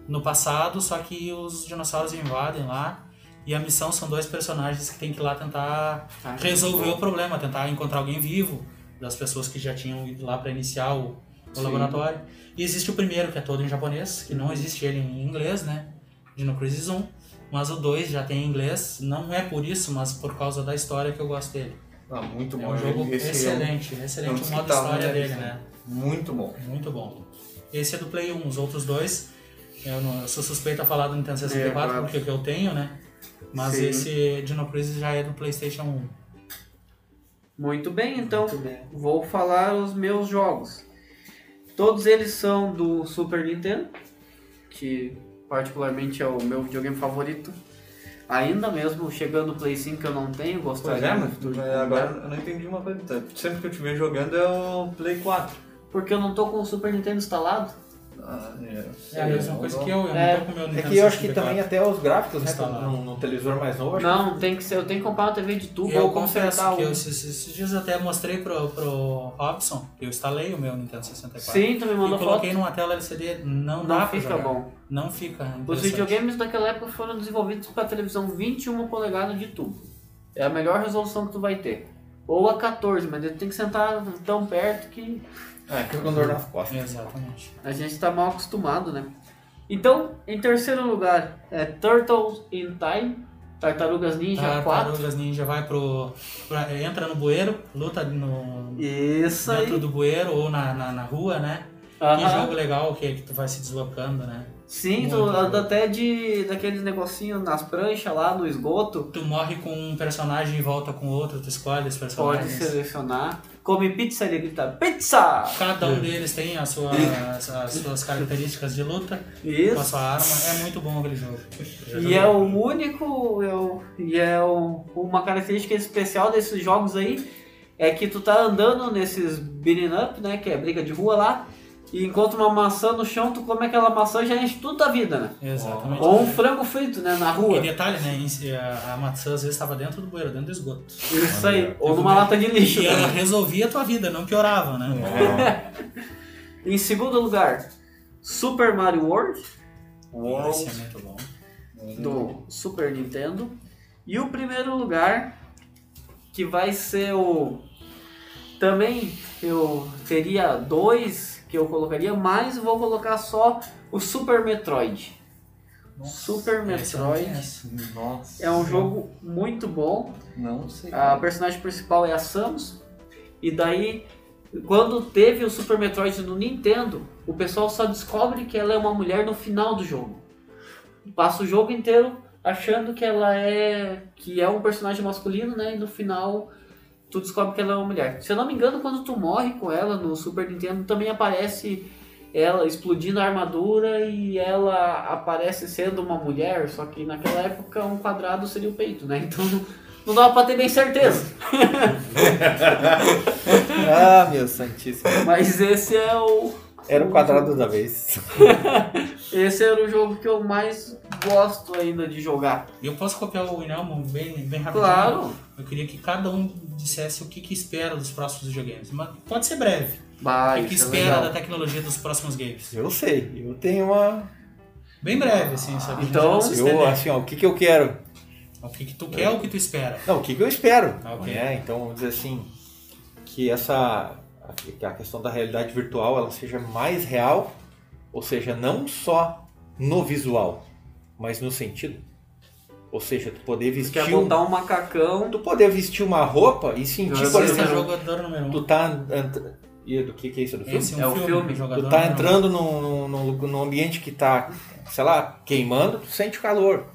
no passado, só que os dinossauros invadem lá. E a missão são dois personagens que tem que ir lá tentar resolver o problema, tentar encontrar alguém vivo das pessoas que já tinham ido lá para iniciar o, o Sim. laboratório. E existe o primeiro, que é todo em japonês, que não existe ele em inglês, né? Dino Crisis 1. Mas o 2 já tem em inglês, não é por isso, mas por causa da história que eu gosto dele. Ah, muito É bom. um jogo Esse é um- excelente, excelente dos o que modo tava na história né? minha dele, lista. né? Muito bom. Muito bom. Esse é do Play 1, os um, outros dois Eu, não- eu sou suspeito a falar do Nintendo 64 É, porque é o que eu tenho, né? Mas Sim. esse Dino Crisis já é do PlayStation 1. Muito bem, então vou falar os meus jogos. Todos eles são do Super Nintendo, que particularmente é o meu videogame favorito. Ainda mesmo chegando o Play 5 que eu não tenho, Pois gostaria é, no mas futuro de mas comprar, agora eu não entendi uma coisa. tá? Sempre que eu te vejo jogando é o Play 4. Porque eu não tô com o Super Nintendo instalado. Ah, É a mesma coisa que eu, eu É, não tô com o meu É Nintendo que eu acho que 64. também até os gráficos, né? Instalar. Num, num televisor mais novo, acho Não, tem que ser, eu tenho que comprar uma TV de tubo Eu ou confesso consertar que eu, o. esses, esses dias eu até mostrei pro, pro Robson que eu instalei o meu Nintendo 64. Sim, tu me E mandou foto. coloquei numa tela LCD, não, Não, dá pra fica jogar. bom. Não fica. Os interessante. videogames daquela época foram desenvolvidos para televisão 21 polegadas de tubo. É a melhor resolução que tu vai ter. Ou a 14, mas tu tem que sentar tão perto que É, fica com dor nas costas. Exatamente. a gente tá mal acostumado, né? Então, em terceiro lugar, é Turtles in Time, Tartarugas Ninja 4. Tá, Tartarugas Ninja vai pro. pra- entra no bueiro, luta no, Isso dentro aí. do bueiro ou na, na, na rua, né? Que Aham. jogo legal que, que tu vai se deslocando, né? Sim, tu Muito anda bom. até de daqueles negocinhos nas pranchas lá no esgoto. Tu morre com um personagem e volta com outro, tu escolhe os Pode personagens. selecionar. Come pizza, ele grita pizza! Cada um deles tem a sua, É. as, as suas características de luta, Isso. com a sua arma. É muito bom aquele jogo. E é o único, é o- e é o- uma característica especial desses jogos aí, é que tu tá andando nesses beating up, né, que é briga de rua lá, e encontra uma maçã no chão, tu come aquela maçã e já enche tudo da vida, né? Exatamente. Ou um frango frito, né, na E rua. detalhe, né? em si, A a maçã às vezes estava dentro do bueiro, dentro do esgoto. Isso aí. Ou numa lata de lixo. E ela né? resolvia a tua vida, não piorava, né? É. É, Em segundo lugar, Super Mario World, Esse é muito bom. do Super Nintendo. E o primeiro lugar, que vai ser o. Também eu teria dois que eu colocaria, mas vou colocar só o Super Metroid. Super Esse é um eu não Metroid conheço. Nossa. é um jogo muito bom. Não sei. A personagem principal é a Samus. E daí, quando teve o Super Metroid no Nintendo, o pessoal só descobre que ela é uma mulher no final do jogo. Passa o jogo inteiro achando que ela é que é um personagem masculino, né? E no final tu descobre que ela é uma mulher. Se eu não me engano, quando tu morre com ela no Super Nintendo, também aparece ela explodindo a armadura e ela aparece sendo uma mulher, só que naquela época um quadrado seria o peito, né? Então não dava pra ter bem certeza. Ah, meu santíssimo. Mas esse é o. Era o quadrado da vez. Esse era o jogo que eu mais gosto ainda de jogar. Eu posso copiar o Inelmo bem, bem rapidinho? Claro. Eu queria que cada um dissesse o que, que espera dos próximos videogames. Mas pode ser breve. Bah, o que, que isso é espera legal. da tecnologia dos próximos games? Eu sei, eu tenho uma. Bem breve, assim, sabe? A gente Então, não se Eu, estender. assim, ó, o que, que eu quero? O que, É. que tu quer ou o que tu espera? Não, o que, que eu espero? Ah, ok. né? Então vamos dizer assim, que essa que a questão da realidade virtual ela seja mais real, ou seja, não só no visual, mas no sentido. Ou seja, tu poder Tu quer vestir um, botar um macacão. tu poder vestir uma roupa e sentir, Eu sei, por Esse é o exemplo, jogador número um. tu tá and- e do que que é isso do filme? Esse É é o um filme, filme. jogador Tu tá número um. entrando num, num, num ambiente que tá, sei lá, queimando, tu sente o calor.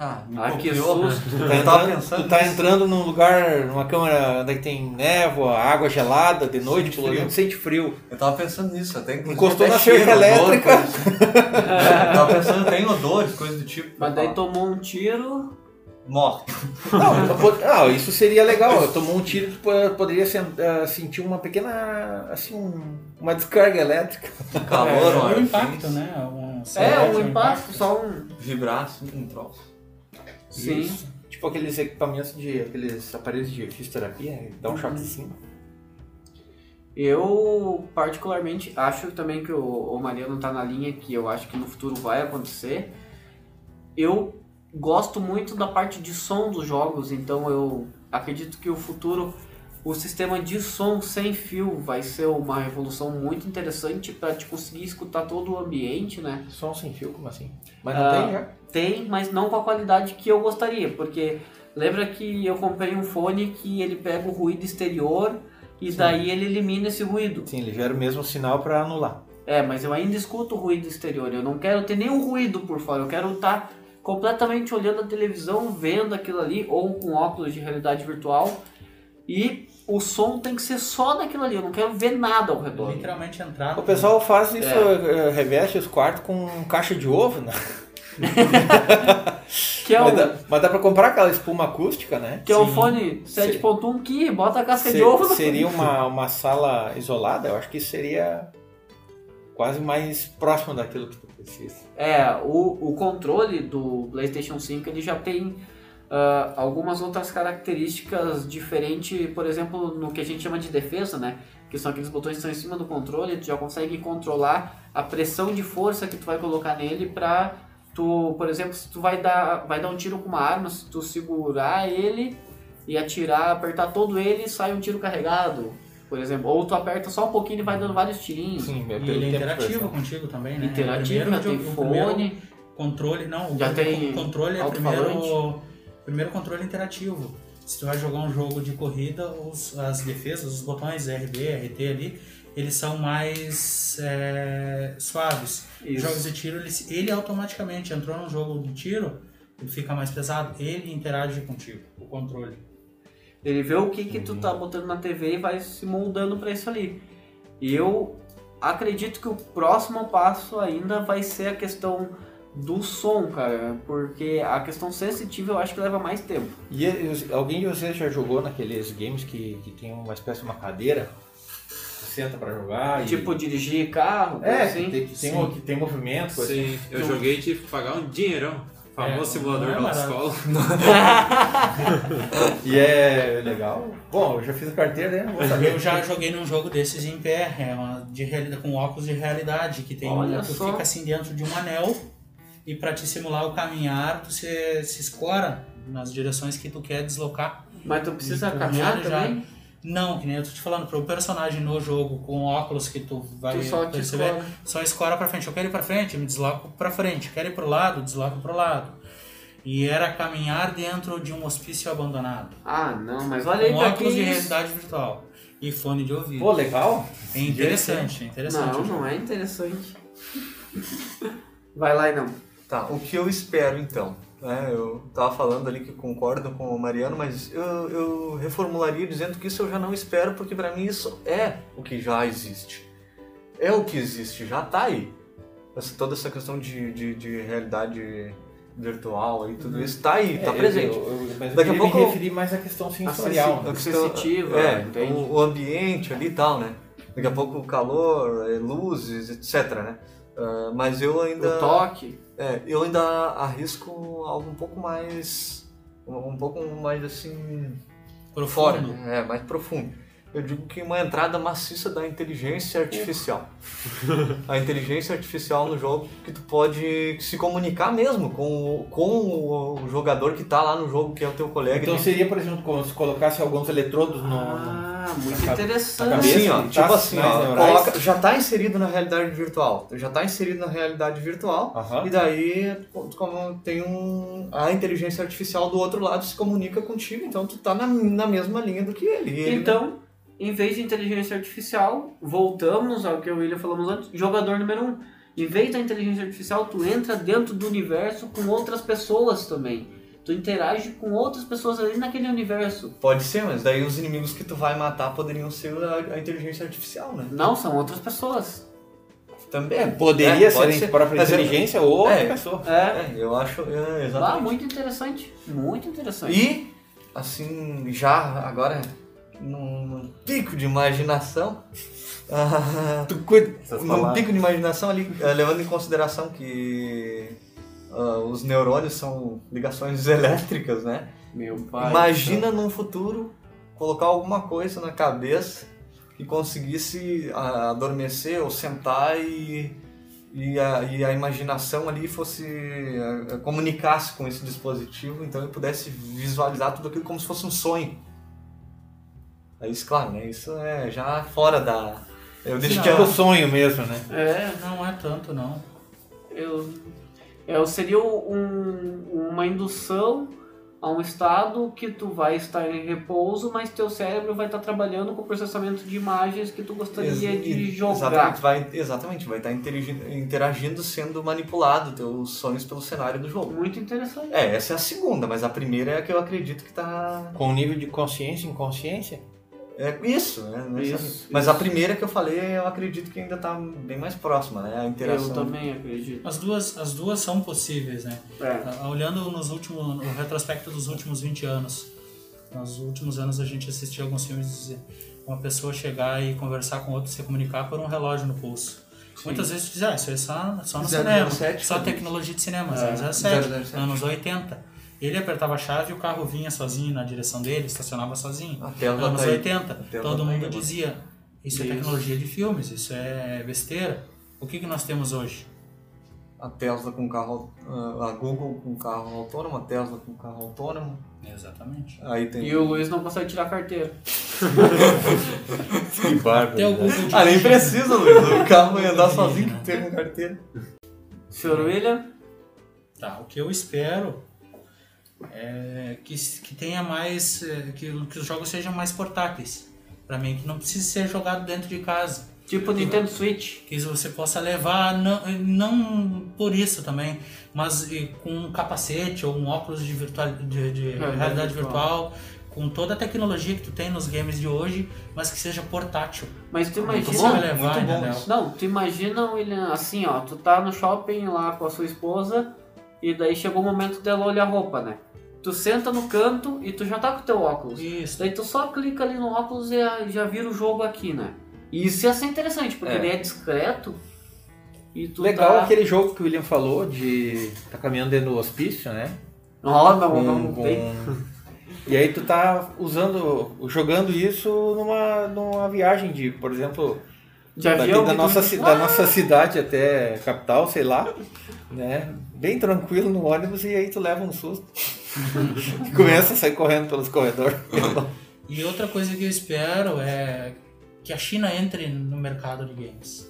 Ah, me Ah, que copiou. né? susto. Tu Eu tá, tava entrando, pensando tu tá nisso. entrando num lugar, numa câmara onde é tem névoa, água gelada, de noite, Sente pelo menos, sente frio. Eu tava pensando nisso, até inclusive. Encostou até na cerca cheiro, odor, elétrica. coisa- eu tava pensando até em odores, coisa do tipo. Mas daí tomou um tiro. Morre. Não, eu pod- ah, isso seria legal. Eu tomou um tiro, tu po- poderia sen- ah, sentir uma pequena, assim, um- uma descarga elétrica. Calor, É ó, um impacto, né? Um- É, certo, um né? impacto, só um. Vibrar assim, um troço. Sim. Isso. Tipo aqueles equipamentos de, aqueles aparelhos de fisioterapia, dá um choquezinho. Eu, particularmente, acho também que o, o Mariano tá na linha que eu acho que no futuro vai acontecer. Eu gosto muito da parte de som dos jogos, então eu acredito que o futuro, o sistema de som sem fio vai ser uma revolução muito interessante para te conseguir escutar todo o ambiente, né? Som sem fio, como assim? Mas não Ah. tem já? Tem, mas não com a qualidade que eu gostaria, porque lembra que eu comprei um fone que ele pega o ruído exterior e daí ele elimina esse ruído. Sim, ele gera o mesmo sinal pra anular. É, mas eu ainda escuto o ruído exterior. Eu não quero ter nenhum ruído por fora. Eu quero estar completamente olhando a televisão, vendo aquilo ali, ou com óculos de realidade virtual. E o som tem que ser só daquilo ali. Eu não quero ver nada ao redor. É Literalmente entrar. O pessoal faz isso, eh, reveste os quartos com caixa de ovo, né? Que é o, mas, dá, mas dá pra comprar aquela espuma acústica, né? que é o fone 7.1 que bota a casca de Se- ovo no seria uma, uma sala isolada, eu acho que seria quase mais próximo daquilo que tu precisa. É, o, o controle do PlayStation 5 ele já tem ah, algumas outras características diferentes, por exemplo, no que a gente chama de defesa, né? Que são aqueles botões que estão em cima do controle, tu já consegue controlar a pressão de força que tu vai colocar nele pra tu, por exemplo, se tu vai dar, vai dar um tiro com uma arma, se tu segurar ele e atirar, apertar todo ele, sai um tiro carregado, por exemplo. Ou tu aperta só um pouquinho e vai dando vários tirinhos. Sim, E ele é interativo contigo também, né? Interativo, já Primeiro tem jogo- o primeiro fone. controle, não. O Já o tem controle é o primeiro, alto-falante. primeiro controle interativo. Se tu vai jogar um jogo de corrida, os- as defesas, os botões RB, RT ali, eles são mais é, suaves. Isso. Jogos de tiro, ele, se- ele automaticamente entrou num jogo de tiro, ele fica mais pesado, ele interage contigo, o controle. Ele vê o que que tu Hum. tá botando na TV e vai se moldando pra isso ali. E eu acredito que o próximo passo ainda vai ser a questão do som, cara, porque a questão sensitiva eu acho que leva mais tempo. E eles- alguém de vocês já jogou naqueles games que, que tem uma espécie de uma cadeira? Você senta pra jogar e... Tipo dirigir carro, coisa É, que assim. tem, que tem, Sim. mo- que tem movimento, coisa assim. Sim, eu joguei e tive que pagar um dinheirão. Famoso Então, É, simulador não é da barato. escola. E é legal. Bom, eu já fiz a carteira, né? Não Vou saber. Eu já joguei num jogo desses em VR, é uma de realidade, com óculos de realidade, que tem Olha um, tu só. fica assim dentro de um anel e pra te simular o caminhar, tu se, se escora nas direções que tu quer deslocar. Mas tu precisa E tu caminhar Então, já- também? Não, que nem eu tô te falando, pro personagem no jogo com óculos que tu vai tu só te perceber, escola. só escora pra frente. Eu quero ir pra frente, me desloco pra frente. Quero ir pro lado, desloco pro lado. E era caminhar dentro de um hospício abandonado. Ah, não, mas olha aí Com pra que óculos de isso. realidade virtual e fone de ouvido. Pô, legal. É interessante, é interessante. Não, não é interessante. Vai lá então. e não. Tá, o que eu espero então? né? eu tava falando ali que concordo com o Mariano, mas eu, eu reformularia dizendo que isso eu já não espero, porque pra mim isso é o que já existe. É o que existe, já tá aí. Essa- toda essa questão de, de, de realidade virtual e tudo isso tá aí, tá É, presente. Eu, eu, Daqui a mas eu queria pouco me eu- referir mais à questão A sensorial. né? questão- sensitiva, é, entende? o, o ambiente ali e tal, né? Daqui a pouco o calor, eh, luzes, etc, né? Ah, mas eu ainda... O toque. É, eu ainda arrisco algo um pouco mais. Um pouco mais assim. Profundo. Fora, né? É, mais profundo. Eu digo que uma entrada maciça da inteligência artificial. A inteligência artificial no jogo que tu pode se comunicar mesmo com, o- com o jogador que tá lá no jogo, que é o teu colega. Então Ele- seria, por exemplo, como se colocasse alguns eletrodos no... no- Ah, muito cabe- interessante. na cabeça. Assim, ó, tá tipo assim, sinais ó, neurais. coloca- já tá inserido na realidade virtual. Já tá inserido na realidade virtual. Aham. E daí, como tem um. A inteligência artificial do outro lado se comunica contigo, então tu tá na, na mesma linha do que ele. E ele- Então, em vez de inteligência artificial, voltamos ao que o William falamos antes, jogador número um. Em vez da inteligência artificial, tu entra dentro do universo com outras pessoas também. Tu interage com outras pessoas ali naquele universo. Pode ser, mas daí os inimigos que tu vai matar poderiam ser a, a inteligência artificial, né? Não, são outras pessoas. Também. É, Poderia ser pode a própria Mas eu- inteligência ou outra É. pessoa. É. É, eu acho. É, Ah, exatamente. muito interessante. Muito interessante. E, assim, já agora, num num pico de imaginação. Tu cuida dessas num palavras. pico de imaginação ali, eh, levando em consideração que ah, os neurônios são ligações elétricas, né? Meu pai. Imagina num futuro colocar alguma coisa na cabeça que conseguisse ah, adormecer ou sentar e, e, a, e a imaginação ali fosse ah, ah, comunicasse com esse dispositivo, então eu pudesse visualizar tudo aquilo como se fosse um sonho. É isso, claro, né? Isso é já fora da. Eu deixo que Tipo eu, sonho mesmo, né? É, Não é tanto, não. Eu, eu seria um- uma indução a um estado que tu vai estar em repouso, mas teu cérebro vai estar trabalhando com o processamento de imagens que tu gostaria Ex- de e- jogar. Exatamente, vai, exatamente, vai estar interagindo, interagindo, sendo manipulado teus sonhos pelo cenário do jogo. Muito interessante. É, essa é a segunda, mas a primeira é a que eu acredito que tá. Com o nível de consciência e inconsciência? É isso, né? Não é Isso, essa- Mas a primeira que eu falei, eu acredito que ainda tá bem mais próxima, né? A interação. Eu também acredito. As duas, as duas são possíveis, né? É. Ah, Olhando nos últimos, no retrospecto dos últimos 20 anos, nos últimos anos a gente assistia alguns filmes de uma pessoa chegar e conversar com outra, se comunicar por um relógio no pulso. Muitas vezes dizia, ah, isso é só, só no 007, cinema, só talvez. tecnologia de cinema, É, 007, 007. anos 80. Ele apertava a chave e o carro vinha sozinho na direção dele, estacionava sozinho. A tela Anos tá aí. 80, Tela todo tá aí, mundo né? dizia, isso é Isso. tecnologia de filmes, isso é besteira. O que, que nós temos hoje? A Tesla com carro. ah, A Google com carro autônomo, a Tesla com carro autônomo. Exatamente. Aí tem. E o Luiz não consegue tirar a carteira. Que bárbaro. Até o Google Ah, nem dirige, né? precisa, Luiz. O carro vai andar Dirige, sozinho né? que tem um carteiro. Senhor William, Tá, o que eu espero é que, s- que tenha mais. eh, Que, que os jogos sejam mais portáteis. Pra mim, que não precise ser jogado dentro de casa. tipo Nintendo Switch. Que isso você possa levar, não, não por isso também, mas eh, com um capacete ou um óculos de, virtual, de, de Realidade realidade virtual, com toda a tecnologia que tu tem nos games de hoje, mas que seja portátil. Mas é tu Muito imagina. bom, levar, muito bom entendeu? isso. Não, tu imagina, William, assim, ó, tu tá no shopping lá com a sua esposa e daí chegou o momento dela olhar a roupa, né? Tu senta no canto e tu já tá com o teu óculos. Isso. Daí tu só clica ali no óculos e a- já vira o jogo aqui, né? E isso ia ser interessante, porque É. ele é discreto e tu Legal tá... aquele jogo que o William falou de. tá caminhando dentro do hospício, né? Ó, não, Com- um não, com- tem. E aí tu tá usando, jogando isso numa, numa viagem de, por exemplo, De daqui avião. da, um que tu- nossa, ci- da Ah! nossa cidade até capital, sei lá, né? Bem tranquilo no ônibus e aí tu leva um susto. e começa a sair correndo pelos corredores. E outra coisa que eu espero é que a China entre no mercado de games.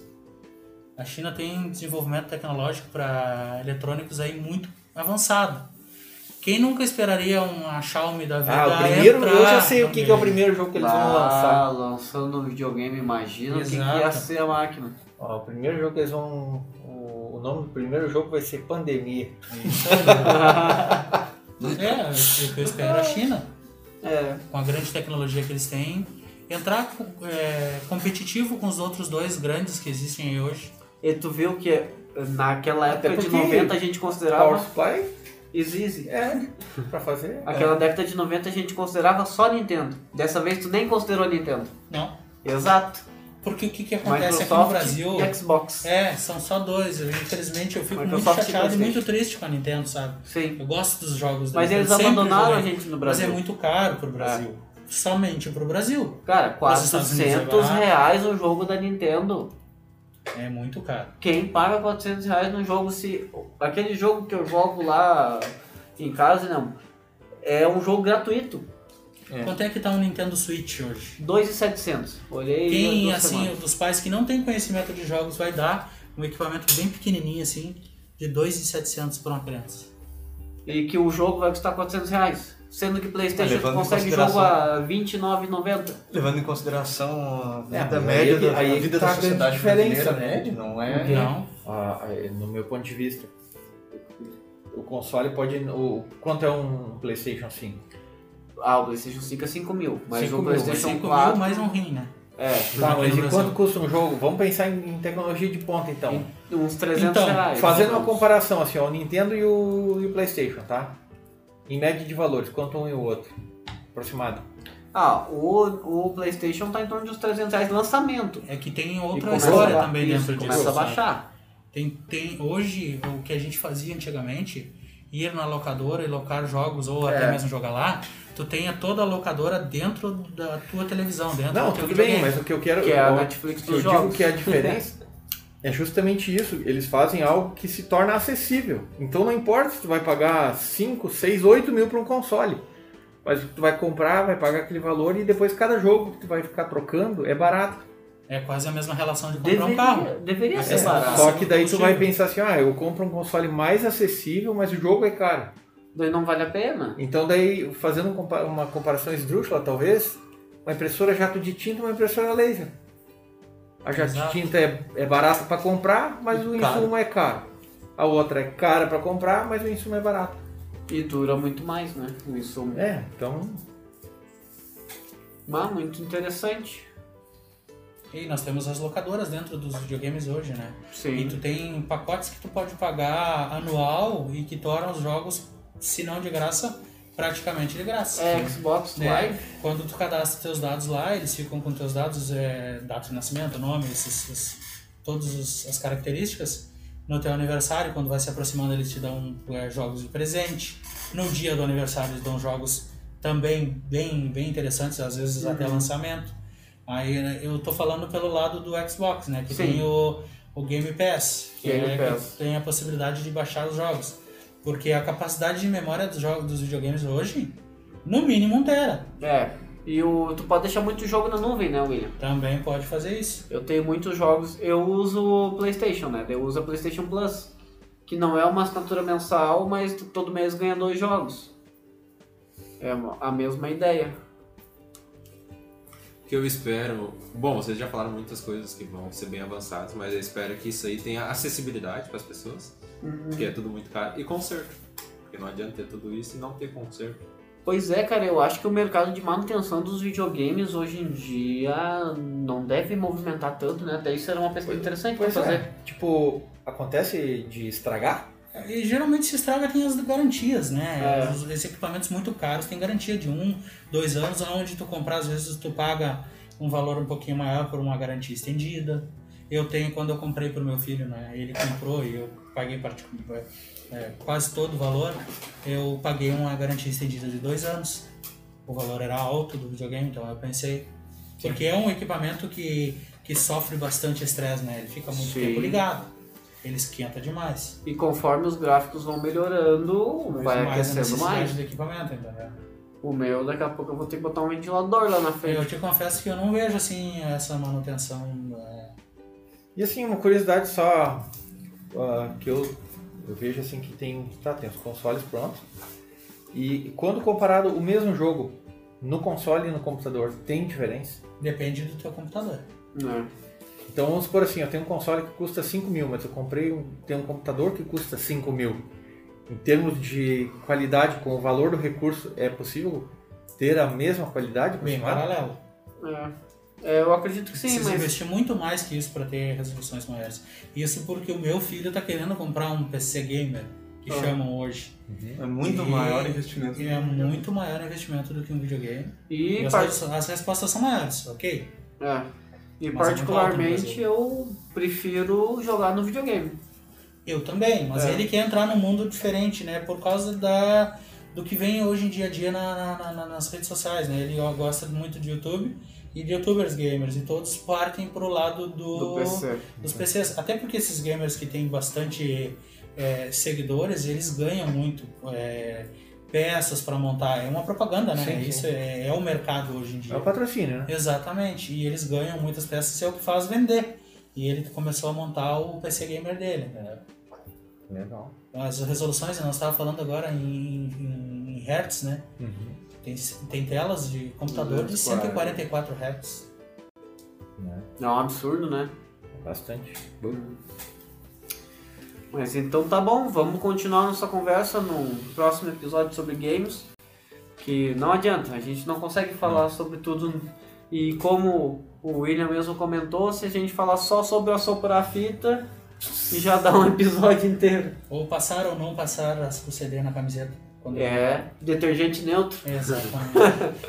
A China tem desenvolvimento tecnológico para eletrônicos aí muito avançado. Quem nunca esperaria uma Xiaomi da vida Ah, o primeiro, entrar eu já sei o no que, que é o game? primeiro jogo que eles vão lançar. Ah, lançando um videogame, imagina o que que ia Exato. ser a máquina. Ó, o primeiro jogo que eles vão. O, o nome do primeiro jogo vai ser Pandemia. É, o que eu espero é a China, É, com a grande tecnologia que eles têm, entrar com- é, competitivo com os outros dois grandes que existem aí hoje. E tu viu que naquela Até época de porque 90 a gente Power considerava Supply? Easy. É, pra fazer. Aquela década de 90 a gente considerava só Nintendo. Dessa vez tu nem considerou Nintendo. Não. Exato. Porque o que, que acontece aqui no Microsoft Brasil? e Xbox. É, são só dois. Eu, infelizmente eu fico Microsoft e muito chateado e PlayStation. muito triste com a Nintendo, sabe? Sim. Eu gosto dos jogos da assim. Mas Nintendo, eles sempre abandonaram a joguei. gente no Mas é Brasil. É. muito caro pro Brasil. Somente pro Brasil. Cara, Mas os Estados Unidos é 400 barato. reais um jogo da Nintendo. É muito caro. Quem paga 400 reais num jogo se... Aquele jogo que eu jogo lá em casa, não. É um jogo gratuito. É. Quanto é que tá um Nintendo Switch hoje? 2,700. Olhei... há Quem, duas assim, semanas. dos pais que não tem conhecimento de jogos vai dar um equipamento bem pequenininho, assim, de 2.700 para uma criança? e que o jogo vai custar 400 reais. Sendo Tá que Ah, Playstation tu levando em consegue consideração- jogo a 29,90. Levando em consideração a É, vida mas média aí- da, aí a que vida da tá a grande sociedade diferença, brasileira, né? média, não é. Não. Ah, é, no meu ponto de vista, o console pode. O, quanto é um PlayStation 5? Ah, o Playstation 5 é 5 mil, mas é 5 o mil, Mas Playstation 5 mil 4... mais um rim, né? É, Tá, Aqui mas no e Brasil. quanto custa um jogo? Vamos pensar em, em tecnologia de ponta então. é uns 300 Então, reais. Fazendo uma comparação assim, ó, o Nintendo e o, e o PlayStation, tá? Em média de valores, quanto um e o outro? Aproximado. Ah, o, o Playstation tá em torno de uns 300 reais de lançamento. É que tem outra começa história a- também Isso, dentro disso. começa a sabe? baixar. Tem, tem, hoje, o que a gente fazia antigamente, ir na locadora e locar jogos, ou É. até mesmo jogar lá, tu tenha toda a locadora dentro da tua televisão, dentro Não, do teu tudo bem, videogame. mas o que eu quero. Que é a eu- Netflix eu dos digo jogos. que a diferença é justamente isso. Eles fazem algo que se torna acessível. Então não importa se tu vai pagar 5, 6, 8 mil para um console. Mas tu vai comprar, vai pagar aquele valor e depois cada jogo que tu vai ficar trocando é barato. É quase a mesma relação de comprar um carro. Deveria, deveria Mas ser é barato. Só que daí tu Possível. vai pensar assim, ah, eu compro um console mais acessível, mas o jogo é caro. Daí não vale a pena. Então daí, fazendo um compa- uma comparação esdrúxula talvez, uma impressora jato de tinta e uma impressora laser. A jato Exato. de tinta é, é barata para comprar, mas o Caro. insumo é caro. A outra é cara para comprar, mas o insumo é barato. E dura muito mais, né? O insumo. É, então Mas é muito interessante. E nós temos as locadoras dentro dos videogames hoje, né? E Sim. tu tem pacotes que tu pode pagar anual e que tornam os jogos, se não de graça, praticamente de graça. É Xbox Né? Live. Quando tu cadastra teus dados lá, eles ficam com teus dados, é, data de nascimento, nome, esses, esses- todas os- as características. No teu aniversário, quando vai se aproximando, eles te dão é, jogos de presente. No dia do aniversário, eles dão jogos também bem, bem interessantes, às vezes até Uhum. lançamento. Aí né, eu tô falando pelo lado do Xbox, né? Que Sim. tem o, o Game Pass, que, Game é, que Pass. tem a possibilidade de baixar os jogos. Porque a capacidade de memória dos jogos dos videogames hoje, no mínimo um tera. É. E o, tu pode deixar muito jogo na nuvem, né, William? Também pode fazer isso. Eu tenho muitos jogos. Eu uso o PlayStation, né? Eu uso a PlayStation Plus. Que não é uma assinatura mensal, mas tu todo mês ganha dois jogos. É a mesma ideia. que eu espero. Bom, vocês já falaram muitas coisas que vão ser bem avançadas, mas eu espero que isso aí tenha acessibilidade para as pessoas, Uhum. porque é tudo muito caro, e conserto. Porque não adianta ter tudo isso e não ter conserto. Pois é, cara, eu acho que o mercado de manutenção dos videogames hoje em dia não deve movimentar tanto, né? Até isso era uma pesquisa interessante pra Pois fazer. é. Tipo, acontece de estragar? E geralmente se estraga tem as garantias, né? É. Os- Esses equipamentos muito caros têm garantia de um, dois anos, onde tu comprar, às vezes tu paga um valor um pouquinho maior por uma garantia estendida. Eu tenho quando eu comprei pro meu filho, né? Ele comprou e eu paguei particu- é, quase todo o valor. Eu paguei uma garantia estendida de dois anos. O valor era alto do videogame, então eu pensei. Porque é um equipamento que, que sofre bastante estresse, né? Ele fica muito Sim. tempo ligado. Ele esquenta demais E conforme os gráficos vão melhorando, vai mais a aquecendo necessidade mais. do equipamento, entendeu? O meu, daqui a pouco eu vou ter que botar um ventilador lá na frente. Eu te confesso que eu não vejo assim essa manutenção. é, E assim, uma curiosidade só ah, que eu, eu vejo assim que tem, tá, tem os consoles prontos. E quando comparado o mesmo jogo no console e no computador, tem diferença? Depende do teu computador. né? Então vamos supor assim, eu tenho um console que custa 5 mil, mas eu comprei um, tenho um computador que custa 5 mil. Em termos de qualidade com o valor do recurso, é possível ter a mesma qualidade? Bem aproximada? paralelo. É. É, eu acredito que sim, Precisa mas. investir muito mais que isso para ter resoluções maiores. Isso porque o meu filho tá querendo comprar um PC gamer, que Ah. chamam hoje. É muito E- maior investimento. E é muito maior investimento do que um videogame. E, E, as, par- as respostas são maiores, ok? é. e Mas é muito particularmente alto eu prefiro jogar no videogame. Eu também, mas É. ele quer entrar num mundo diferente, né? Por causa da, do que vem hoje em dia a dia na- na- na- na- nas redes sociais, né? Ele gosta muito de YouTube e de youtubers gamers, e todos partem pro lado do, Do PC. dos né? PCs. Até porque esses gamers que têm bastante é, seguidores, eles ganham muito é, peças para montar. É uma propaganda, né? Sim, sim. Isso é, é o mercado hoje em dia. É o patrocínio, né? Exatamente, e eles ganham muitas peças, isso é o que faz vender. E ele começou a montar o PC gamer dele, É. entendeu? Legal. As resoluções, né? nós estávamos falando agora em, em- em hertz, né? Tem, tem telas de computador de 144 hertz. É um absurdo, né? Bastante. Mas então tá bom, vamos continuar nossa conversa no próximo episódio sobre games. Que não adianta, a gente não consegue falar sobre tudo. E como o William mesmo comentou, se a gente falar só sobre assoprar a fita, já dá um episódio inteiro. Ou passar ou não passar as- o CD na camiseta. Quando- É, detergente neutro Exatamente.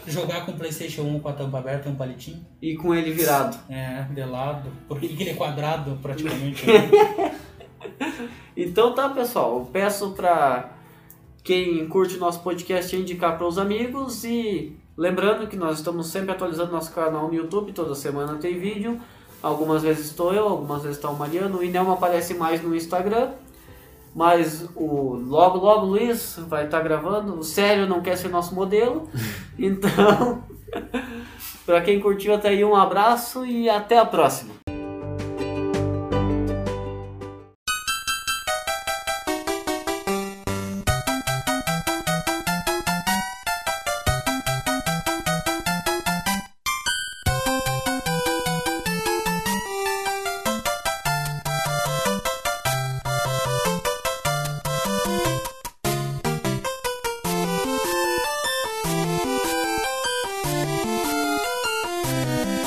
Jogar com o PlayStation 1 com a tampa aberta e um palitinho. e com ele virado. É, de lado. Porque ele é quadrado praticamente. né? Então tá, pessoal. Eu peço pra quem curte o nosso podcast indicar para os amigos e lembrando que nós estamos sempre atualizando nosso canal no YouTube, toda semana tem vídeo. Algumas vezes estou eu, algumas vezes está o Mariano. O Inelma aparece mais no Instagram. Mas o logo, logo o Luiz vai estar gravando. O Sério não quer ser nosso modelo. Então, para quem curtiu até aí, um abraço e até a próxima. Música